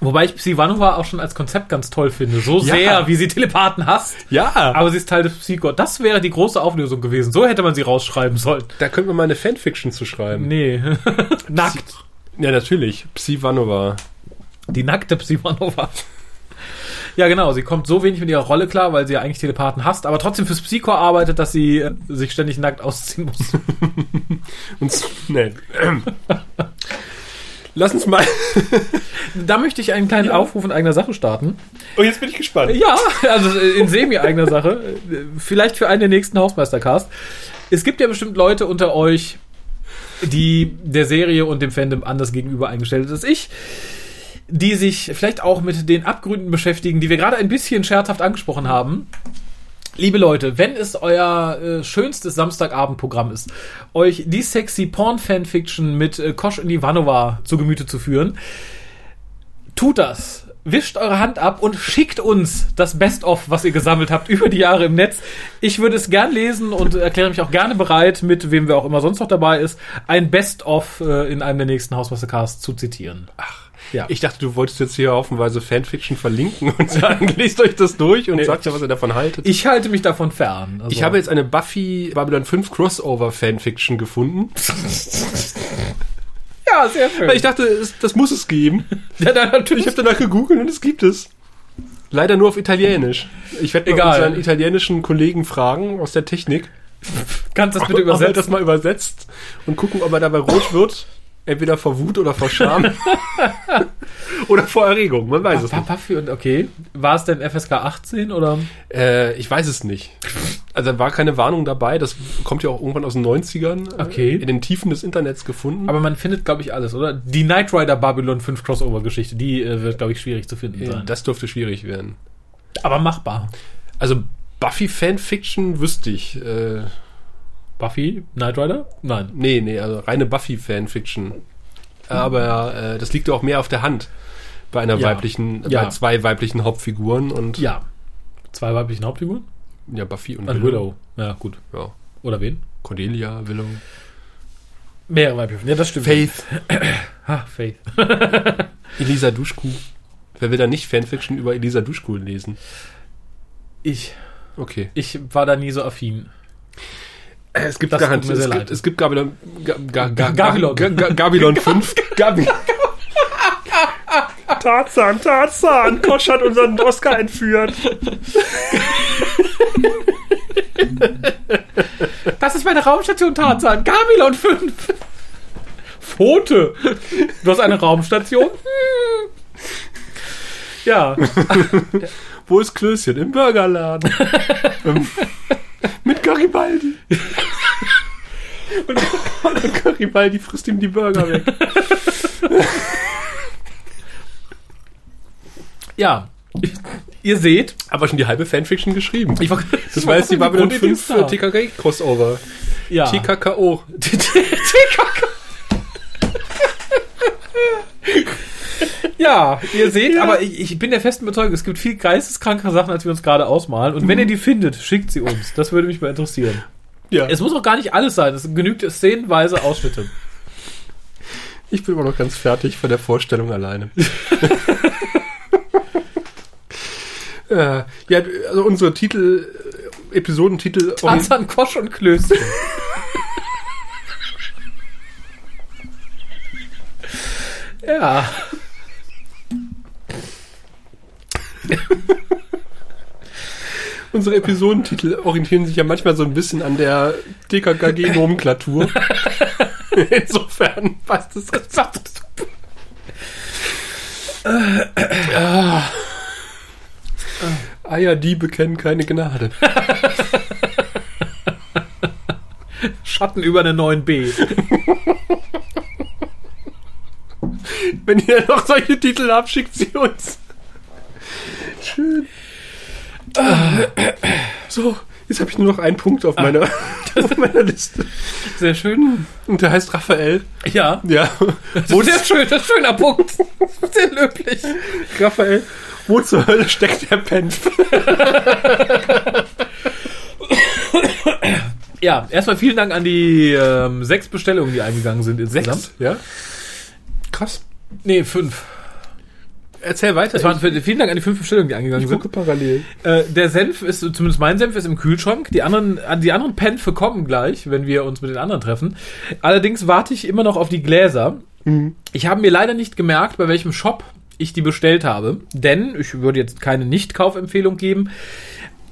Speaker 2: Wobei ich Psyvanova auch schon als Konzept ganz toll finde. So
Speaker 1: Ja.
Speaker 2: sehr, wie sie Telepathen hasst.
Speaker 1: Ja.
Speaker 2: Aber sie ist Teil des Psychor. Das wäre die große Auflösung gewesen. So hätte man sie rausschreiben sollen.
Speaker 1: Da könnten wir mal eine Fanfiction zu schreiben.
Speaker 2: Nee. Nackt.
Speaker 1: Ja, natürlich. Psi-Vanova.
Speaker 2: Die nackte Psyvanova. Ja, genau. Sie kommt so wenig mit ihrer Rolle klar, weil sie ja eigentlich Telepathen hasst, aber trotzdem fürs Psychor arbeitet, dass sie äh, sich ständig nackt ausziehen muss.
Speaker 1: Und s- nee. Lass uns mal.
Speaker 2: da möchte ich einen kleinen Aufruf in eigener Sache starten.
Speaker 1: Oh, jetzt bin ich gespannt.
Speaker 2: Ja, also in semi-eigener Sache. Vielleicht für einen der nächsten Hausmeistercast. Es gibt ja bestimmt Leute unter euch, die der Serie und dem Fandom anders gegenüber eingestellt sind als ich, die sich vielleicht auch mit den Abgründen beschäftigen, die wir gerade ein bisschen scherzhaft angesprochen haben. Liebe Leute, wenn es euer äh, schönstes Samstagabendprogramm ist, euch die sexy Porn-Fanfiction mit äh, Kosch und Ivanova zu Gemüte zu führen, tut das. Wischt eure Hand ab und schickt uns das Best-of, was ihr gesammelt habt über die Jahre im Netz. Ich würde es gern lesen und erkläre mich auch gerne bereit, mit wem wir auch immer sonst noch dabei ist, ein Best-of äh, in einem der nächsten Hausmeistercasts zu zitieren. Ach, ja.
Speaker 1: Ich dachte, du wolltest jetzt hier haufenweise Fanfiction verlinken und sagen, lest euch das durch und sagt ja, was ihr davon haltet.
Speaker 2: ich halte mich davon fern. Also-
Speaker 1: Ich habe jetzt eine Buffy Babylon 5 Crossover Fanfiction gefunden.
Speaker 2: ja sehr schön.
Speaker 1: Weil ich dachte, es, das muss es geben.
Speaker 2: ja, dann
Speaker 1: Ich
Speaker 2: natürlich.
Speaker 1: habe danach gegoogelt und es gibt es. Leider nur auf Italienisch. Ich werde mal
Speaker 2: Egal.
Speaker 1: unseren italienischen Kollegen fragen aus der Technik,
Speaker 2: Kannst das
Speaker 1: ob
Speaker 2: bitte
Speaker 1: er das
Speaker 2: übersetzen?
Speaker 1: mal übersetzt und gucken, ob er dabei rot wird. Entweder vor Wut oder vor Scham. oder vor Erregung. Man weiß es
Speaker 2: Pa-
Speaker 1: nicht.
Speaker 2: Puffy und okay. War es denn FSK 18 oder?
Speaker 1: Äh, ich weiß es nicht. Also da war keine Warnung dabei. Das kommt ja auch irgendwann aus den 90ern. äh,
Speaker 2: Okay.
Speaker 1: In den Tiefen des Internets gefunden.
Speaker 2: Aber man findet, glaube ich, alles, oder? Die Knight Rider Babylon 5 Crossover-Geschichte, die äh, wird, glaube ich, schwierig zu finden sein.
Speaker 1: das dürfte schwierig werden.
Speaker 2: Aber machbar.
Speaker 1: Also Buffy Fanfiction wüsste ich. Äh,
Speaker 2: Buffy? Knight Rider? Nein.
Speaker 1: nee, nee, also reine Buffy Fanfiction. Aber äh, das liegt ja auch mehr auf der Hand bei einer
Speaker 2: Ja.
Speaker 1: weiblichen,
Speaker 2: Ja.
Speaker 1: bei zwei weiblichen Hauptfiguren und
Speaker 2: Ja. Zwei weiblichen Hauptfiguren?
Speaker 1: ja, Buffy und
Speaker 2: Ein
Speaker 1: Willow.
Speaker 2: Willow. Ja, gut.
Speaker 1: Ja.
Speaker 2: Oder wen?
Speaker 1: Cordelia, Willow.
Speaker 2: Mehrere weibliche. Ja, das stimmt.
Speaker 1: Faith.
Speaker 2: Ha, Faith.
Speaker 1: Elisa Duschku. Wer will da nicht Fanfiction über Elisa Duschku lesen?
Speaker 2: Ich,
Speaker 1: Okay.
Speaker 2: ich war da nie so affin.
Speaker 1: Es gibt
Speaker 2: Das
Speaker 1: garantiert,
Speaker 2: tut mir sehr
Speaker 1: es gibt,
Speaker 2: leid.
Speaker 1: es gibt Gabilon, Ga- Ga- Ga-
Speaker 2: Gabilon.
Speaker 1: Ga- Ga- Gabilon 5. Gabi. Tarzan, Tarzan, Kosch hat unseren Oscar entführt.
Speaker 2: Das ist meine Raumstation Tarzan. Gabilon 5. Pfote. Du hast eine Raumstation? Hm. Ja.
Speaker 1: Wo ist Klößchen? Im Burgerladen. Ähm, Mit Garibaldi. Und, und Garibaldi frisst ihm die Burger weg.
Speaker 2: Ja. ihr seht,
Speaker 1: Aber schon die halbe Fanfiction geschrieben.
Speaker 2: ich war,
Speaker 1: Das war jetzt die Babylon 5
Speaker 2: TK
Speaker 1: TKK-Crossover.
Speaker 2: ja.
Speaker 1: Ah. TKKO.
Speaker 2: TKK. Ja, ihr seht, aber ich, ich bin der festen Überzeugung, es gibt viel geisteskrankere Sachen, als wir uns gerade ausmalen. Und wenn ihr die findet, schickt sie uns. Das würde mich mal interessieren.
Speaker 1: Ja,
Speaker 2: Es muss auch gar nicht alles sein. Es genügt szenenweise Ausschnitte.
Speaker 1: ich bin immer noch ganz fertig von der Vorstellung alleine. äh, ja, also unsere Titel, äh, Episodentitel.
Speaker 2: Tarzan, Kosch und Klößchen. ja.
Speaker 1: Unsere Episodentitel orientieren sich ja manchmal so ein bisschen an der DKKG-Nomenklatur. Insofern passt es ganz ah. Eier, die bekennen keine Gnade.
Speaker 2: Schatten über eine 9b.
Speaker 1: Wenn ihr noch solche Titel habt, schickt sie uns. Schön. So, jetzt habe ich nur noch einen Punkt auf meiner, auf meiner Liste.
Speaker 2: Sehr schön.
Speaker 1: Und der heißt Raphael.
Speaker 2: Ja.
Speaker 1: Ja.
Speaker 2: Wo der schön, das ist ein schöner Punkt. Sehr löblich.
Speaker 1: Raphael, wo zur Hölle steckt der Penf?
Speaker 2: Ja, erstmal vielen Dank an die ähm, sechs Bestellungen, die eingegangen sind insgesamt.
Speaker 1: Ja. Krass.
Speaker 2: Nee, fünf.
Speaker 1: Erzähl weiter.
Speaker 2: Es waren, vielen Dank an die fünf Bestellungen, die eingegangen sind.
Speaker 1: parallel.
Speaker 2: Äh, der Senf ist, zumindest mein Senf ist im Kühlschrank. Die anderen, an die anderen Penfe kommen gleich, wenn wir uns mit den anderen treffen. Allerdings warte ich immer noch auf die Gläser. Ich habe mir leider nicht gemerkt, bei welchem Shop ich die bestellt habe. Denn ich würde jetzt keine Nichtkaufempfehlung geben.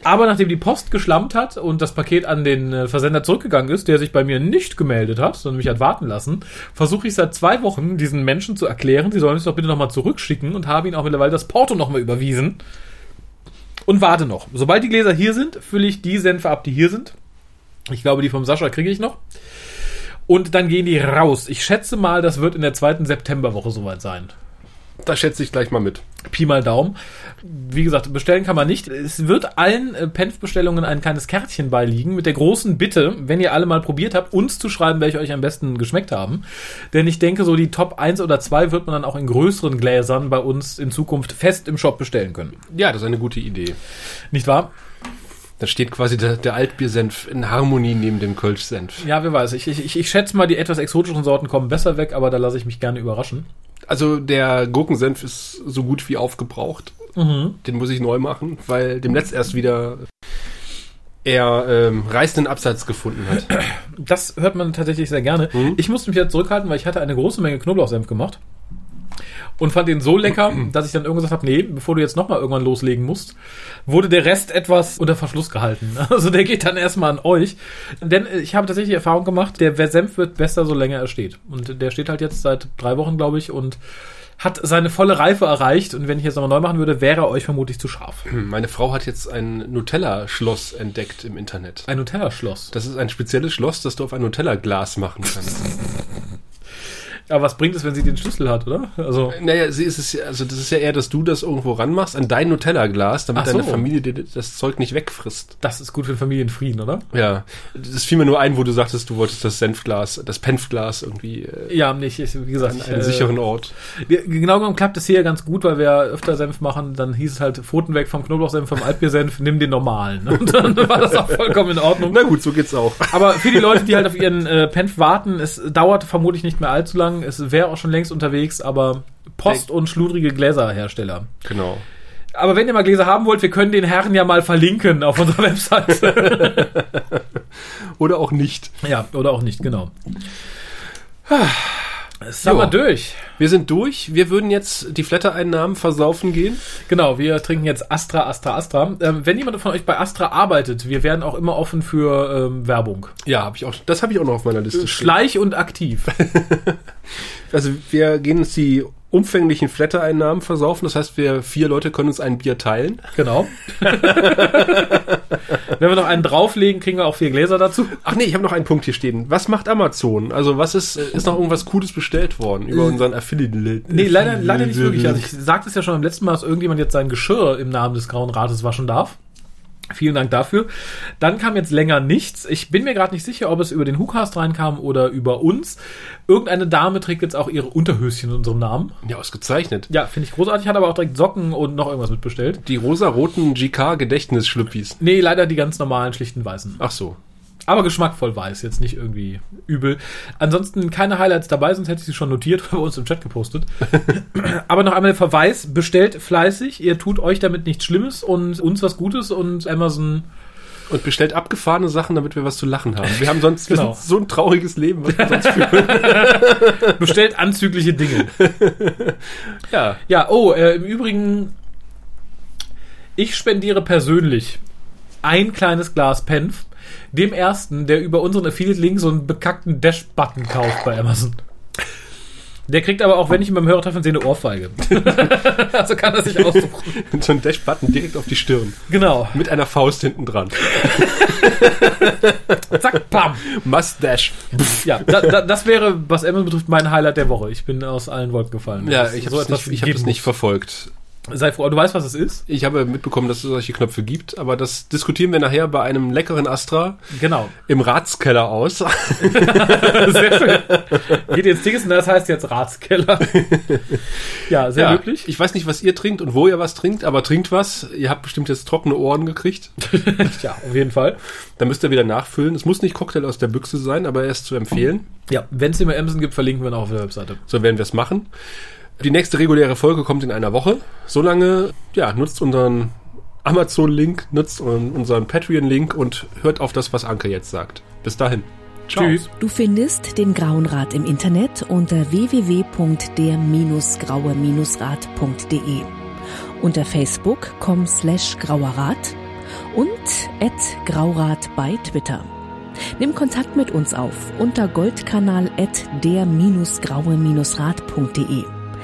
Speaker 2: Aber nachdem die Post geschlampt hat und das Paket an den äh, Versender zurückgegangen ist, der sich bei mir nicht gemeldet hat, sondern mich hat warten lassen, versuche ich seit zwei Wochen diesen Menschen zu erklären, sie sollen es doch bitte nochmal zurückschicken und habe ihnen auch mittlerweile das Porto nochmal überwiesen und warte noch. Sobald die Gläser hier sind, fülle ich die Senfe ab, die hier sind. Ich glaube, die vom Sascha kriege ich noch. Und dann gehen die raus. Ich schätze mal, das wird in der zweiten Septemberwoche soweit sein.
Speaker 1: Da schätze ich gleich mal mit.
Speaker 2: Pi mal Daumen. Wie gesagt, bestellen kann man nicht. Es wird allen äh, Penf-Bestellungen ein kleines Kärtchen beiliegen mit der großen Bitte, wenn ihr alle mal probiert habt, uns zu schreiben, welche euch am besten geschmeckt haben. Denn ich denke, so die Top 1 oder 2 wird man dann auch in größeren Gläsern bei uns in Zukunft fest im Shop bestellen können.
Speaker 1: Ja, das ist eine gute Idee.
Speaker 2: Nicht wahr?
Speaker 1: Da steht quasi der, der Altbiersenf in Harmonie neben dem Kölschsenf.
Speaker 2: Ja, wer weiß. Ich, ich, ich- ich schätze mal, die etwas exotischen Sorten kommen besser weg, aber da lasse ich mich gerne überraschen.
Speaker 1: Also der Gurkensenf ist so gut wie aufgebraucht.
Speaker 2: Mhm.
Speaker 1: Den muss ich neu machen, weil demnächst erst wieder er ähm, reißenden Absatz gefunden hat.
Speaker 2: Das hört man tatsächlich sehr gerne. Ich musste mich jetzt zurückhalten, weil ich hatte eine große Menge Knoblauchsenf gemacht und fand den so lecker, dass ich dann irgendwann gesagt habe, nee, bevor du jetzt nochmal irgendwann loslegen musst, wurde der Rest etwas unter Verschluss gehalten. Also der geht dann erstmal an euch. Denn äh, ich habe tatsächlich die Erfahrung gemacht, der Senf wird besser, so länger er steht. Und der steht halt jetzt seit drei Wochen, glaube ich, und hat seine volle Reife erreicht. Und wenn ich jetzt nochmal neu machen würde, wäre er euch vermutlich zu scharf.
Speaker 1: Meine Frau hat jetzt ein Nutella-Schloss entdeckt im Internet.
Speaker 2: Ein Nutella-Schloss.
Speaker 1: Das ist ein spezielles Schloss, das du auf ein Nutella-Glas machen kannst.
Speaker 2: Mhm. Aber was bringt es, wenn sie den Schlüssel hat, oder? Also,
Speaker 1: Naja, sie ist es ja, also das ist ja eher, dass du das irgendwo ranmachst an dein Nutella-Glas, damit
Speaker 2: Ach so.
Speaker 1: deine Familie dir das Zeug nicht wegfrisst.
Speaker 2: das ist gut für den Familienfrieden, oder?
Speaker 1: Ja. Das fiel mir nur ein, wo du sagtest, du wolltest das Senfglas, das Penfglas irgendwie äh,
Speaker 2: Ja, nicht, ich, wie gesagt,
Speaker 1: an
Speaker 2: ich, äh,
Speaker 1: einen sicheren Ort.
Speaker 2: wir, genau genommen klappt es hier ganz gut, weil wir öfter Senf machen. Dann hieß es halt, Pfoten weg vom Knoblauchsenf, vom Altbiersenf, nimm den normalen. ne? Und dann war das auch vollkommen in Ordnung.
Speaker 1: Na gut, so geht's auch.
Speaker 2: Aber für die Leute, die halt auf ihren äh, Penf warten, es dauert vermutlich nicht mehr allzu lang. Es wäre auch schon längst unterwegs, aber Post- und schludrige Gläserhersteller.
Speaker 1: Genau.
Speaker 2: Aber wenn ihr mal Gläser haben wollt, wir können den Herren ja mal verlinken auf unserer Webseite.
Speaker 1: Oder auch nicht.
Speaker 2: Ja, oder auch nicht, genau. Das haben wir
Speaker 1: Jo.
Speaker 2: durch.
Speaker 1: Wir sind durch. Wir würden jetzt die Flatter-Einnahmen versaufen gehen.
Speaker 2: Genau, wir trinken jetzt Astra, Astra, Astra. Ähm, wenn jemand von euch bei Astra arbeitet, wir werden auch immer offen für ähm, Werbung.
Speaker 1: Ja, habe ich auch. Das habe ich auch noch auf meiner Liste. stehen.
Speaker 2: Schleich und aktiv.
Speaker 1: also wir gehen uns die umfänglichen Flatter-Einnahmen versaufen. Das heißt, wir vier Leute können uns ein Bier teilen.
Speaker 2: Genau. Wenn wir noch einen drauflegen, kriegen wir auch vier Gläser dazu.
Speaker 1: Ach nee, ich habe noch einen Punkt hier stehen. Was macht Amazon? Also was ist, ist noch irgendwas Cooles bestellt worden über unseren Affiliate?
Speaker 2: Äh, Nee, leider, leider nicht wirklich. Also ich sagte es ja schon beim letzten Mal, dass irgendjemand jetzt sein Geschirr im Namen des Grauen Rates waschen darf. Vielen Dank dafür. Dann kam jetzt länger nichts. Ich bin mir gerade nicht sicher, ob es über den Hookast reinkam oder über uns. Irgendeine Dame trägt jetzt auch ihre Unterhöschen in unserem Namen.
Speaker 1: ja, ausgezeichnet.
Speaker 2: Ja, finde ich großartig, hat aber auch direkt Socken und noch irgendwas mitbestellt.
Speaker 1: Die rosa-roten GK-Gedächtnisschlüppis.
Speaker 2: Nee, leider die ganz normalen, schlichten Weißen.
Speaker 1: Ach so.
Speaker 2: Aber geschmackvoll weiß, jetzt nicht irgendwie übel. Ansonsten keine Highlights dabei, sonst hätte ich sie schon notiert oder bei uns im Chat gepostet. Aber noch einmal der Verweis, bestellt fleißig, ihr tut euch damit nichts Schlimmes und uns was Gutes und Amazon
Speaker 1: Und bestellt abgefahrene Sachen, damit wir was zu lachen haben. Wir haben sonst wir
Speaker 2: Genau.
Speaker 1: sind so ein trauriges Leben. Was wir sonst
Speaker 2: bestellt anzügliche Dinge.
Speaker 1: ja.
Speaker 2: Ja, oh, äh, im Übrigen, ich spendiere persönlich ein kleines Glas Penf dem ersten, der über unseren Affiliate-Link so einen bekackten Dash-Button kauft bei Amazon. Der kriegt aber auch, wenn ich ihn beim Hörertreffen sehe, eine Ohrfeige. also kann er sich aussuchen.
Speaker 1: Und so ein Dash-Button direkt auf die Stirn.
Speaker 2: Genau.
Speaker 1: Mit einer Faust hinten dran.
Speaker 2: Zack, pam.
Speaker 1: Mustache.
Speaker 2: Ja, da, da, das wäre, was Amazon betrifft, mein Highlight der Woche. Ich bin aus allen Wolken gefallen.
Speaker 1: Ja,
Speaker 2: Dass
Speaker 1: ich
Speaker 2: es
Speaker 1: habe so
Speaker 2: etwas
Speaker 1: nicht, ich hab
Speaker 2: geben
Speaker 1: das nicht
Speaker 2: muss.
Speaker 1: verfolgt.
Speaker 2: Sei froh. Du weißt, was es ist?
Speaker 1: Ich habe mitbekommen, dass es solche Knöpfe gibt, aber das diskutieren wir nachher bei einem leckeren Astra
Speaker 2: Genau.
Speaker 1: im Ratskeller aus.
Speaker 2: Sehr schön. Geht jetzt Tickets und das heißt jetzt Ratskeller. Ja, sehr möglich.
Speaker 1: Ich weiß nicht, was ihr trinkt und wo ihr was trinkt, aber trinkt was. Ihr habt bestimmt jetzt trockene Ohren gekriegt.
Speaker 2: Ja, auf jeden Fall.
Speaker 1: Da müsst ihr wieder nachfüllen. Es muss nicht Cocktail aus der Büchse sein, aber er ist zu empfehlen.
Speaker 2: Ja, wenn es immer Amazon gibt, verlinken wir ihn auch auf der Webseite.
Speaker 1: So werden wir es machen. Die nächste reguläre Folge kommt in einer Woche. Solange, ja, nutzt unseren Amazon-Link, nutzt un- unseren Patreon-Link und hört auf das, was Anke jetzt sagt. Bis dahin.
Speaker 2: Tschüss.
Speaker 3: Du findest den Grauen Rat im Internet unter www.der-graue-rat.de, unter facebook.com slash grauerrat und at graurat bei Twitter. Nimm Kontakt mit uns auf unter goldkanal at der-graue-rat.de.